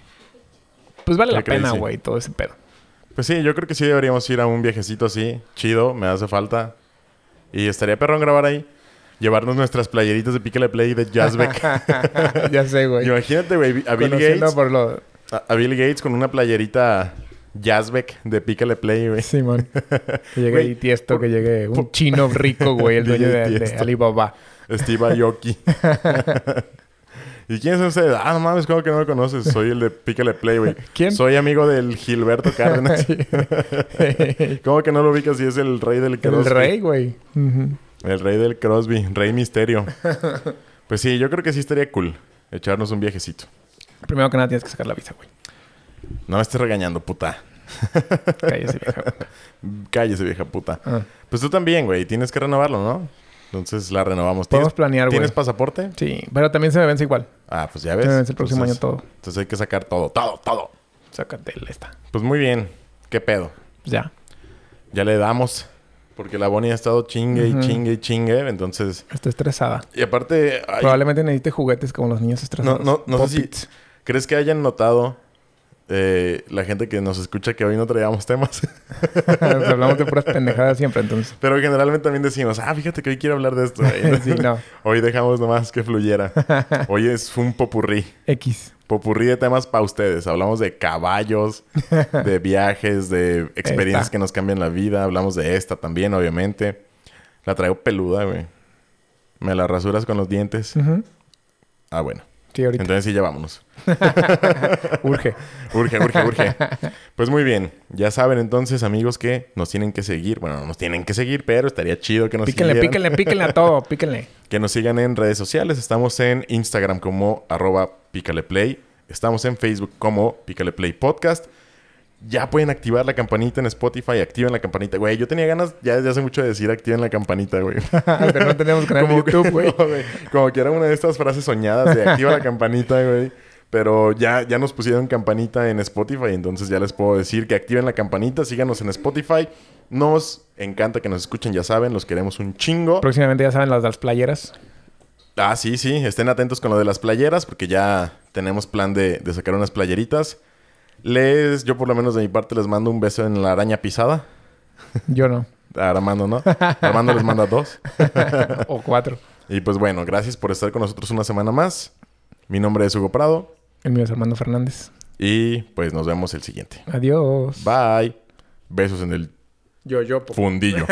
S2: Pues vale
S1: Qué
S2: la pena,
S1: crazy.
S2: güey, todo ese pedo.
S1: Pues sí, yo creo que sí deberíamos ir a un viajecito así. Chido, me hace falta. Y estaría perrón grabar ahí. Llevarnos nuestras playeritas de Pícale Play de Jazzbeck.
S2: ya sé, güey.
S1: Imagínate, güey, a Bill
S2: Conociendo
S1: Gates.
S2: por lo...
S1: A, a Bill Gates con una playerita Jazzbeck de Pícale Play, güey.
S2: Simón. Que llegue E
S1: Güey,
S2: ahí tiesto, que llegue un chino rico, güey, el dueño
S1: DJ
S2: de, de
S1: Tiesto.
S2: Alibaba.
S1: Steve Aoki. ¿Y quién es usted? Ah, no mames, ¿cómo que no me conoces? Soy el de Pícale Play, güey.
S2: ¿Quién?
S1: Soy amigo del Gilberto Cárdenas. ¿Cómo que no lo ubicas si es el rey del
S2: el
S1: Crosby?
S2: rey, güey. Ujú.
S1: El rey del Crosby, rey misterio. Pues sí, yo creo que sí estaría cool echarnos un viajecito.
S2: Primero que nada tienes que sacar la visa, güey.
S1: No me estés regañando, puta.
S2: Cállese, vieja. güey.
S1: Cállese, vieja puta.
S2: Ah.
S1: Pues tú también, güey. Tienes que renovarlo, ¿no? Entonces la renovamos.
S2: Podemos
S1: ¿Tienes,
S2: planear, güey.
S1: ¿tienes pasaporte?
S2: Sí, pero también se me vence igual.
S1: Ah, pues ya
S2: Se
S1: ves.
S2: me vence el próximo
S1: Entonces-
S2: año todo.
S1: Entonces hay que sacar todo, todo, todo.
S2: Sácate el esta. Pues
S1: Pues muy bien. ¿Qué pedo?
S2: Ya.
S1: Ya le damos. Porque la Bonnie ha estado chingue
S2: Ujú.
S1: y chingue y chingue. Entonces...
S2: Estoy estresada.
S1: Y aparte... ay,
S2: Probablemente necesite juguetes como los niños
S1: no,
S2: estresados.
S1: no, no sé si...
S2: Pop-its.
S1: ¿Crees que hayan notado eh, la gente que nos escucha que hoy no traíamos temas?
S2: Hablamos de puras pendejadas siempre, entonces.
S1: Pero generalmente también decimos, ah, fíjate que hoy quiero hablar de esto. güey".
S2: sí, no.
S1: Hoy dejamos nomás que fluyera. Hoy es un popurrí.
S2: X.
S1: Popurrí de temas para ustedes. Hablamos de caballos, de viajes, de experiencias
S2: Esta.
S1: que nos cambian la vida. Hablamos de esta también, obviamente. La traigo peluda, güey. Me la rasuras con los dientes.
S2: Ujú.
S1: Ah, bueno.
S2: Sí, ahorita.
S1: Entonces sí, ya vámonos.
S2: Urge.
S1: Urge, urge, urge. Pues muy bien. Ya saben entonces, amigos, que nos tienen que seguir. Bueno, no nos tienen que seguir, pero estaría chido que nos
S2: Píquenle,
S1: siguieran.
S2: píquenle, píquenle a todo. Píquenle.
S1: Que nos sigan en redes sociales. Estamos en Instagram como arroba pícaleplay. Estamos en Facebook como pícaleplay podcast. Ya pueden activar la campanita en Spotify. Activen la campanita. Güey, yo tenía ganas ya desde hace mucho de decir activen la campanita, güey.
S2: pero no tenemos canal de
S1: Como que-
S2: YouTube, güey.
S1: No, güey. Como que era una de estas frases soñadas de activa la campanita, güey. Pero ya, ya nos pusieron campanita en Spotify, entonces ya les puedo decir que activen la campanita, síganos en Spotify. Nos encanta que nos escuchen, ya saben, los queremos un chingo.
S2: Próximamente ya saben las de las playeras.
S1: Ah, sí, sí, estén atentos con lo de las playeras, porque ya tenemos plan de, de sacar unas playeritas. Les, yo por lo menos de mi parte les mando un beso en la araña pisada.
S2: Yo no.
S1: A Armando, ¿no? Armando les manda dos.
S2: o cuatro.
S1: Y pues bueno, gracias por estar con nosotros una semana más. Mi nombre es Hugo Prado
S2: El mío es Armando Fernández.
S1: y pues nos vemos el siguiente.
S2: Adiós.
S1: Bye. Besos en el
S2: Yo, yo, po.
S1: fundillo.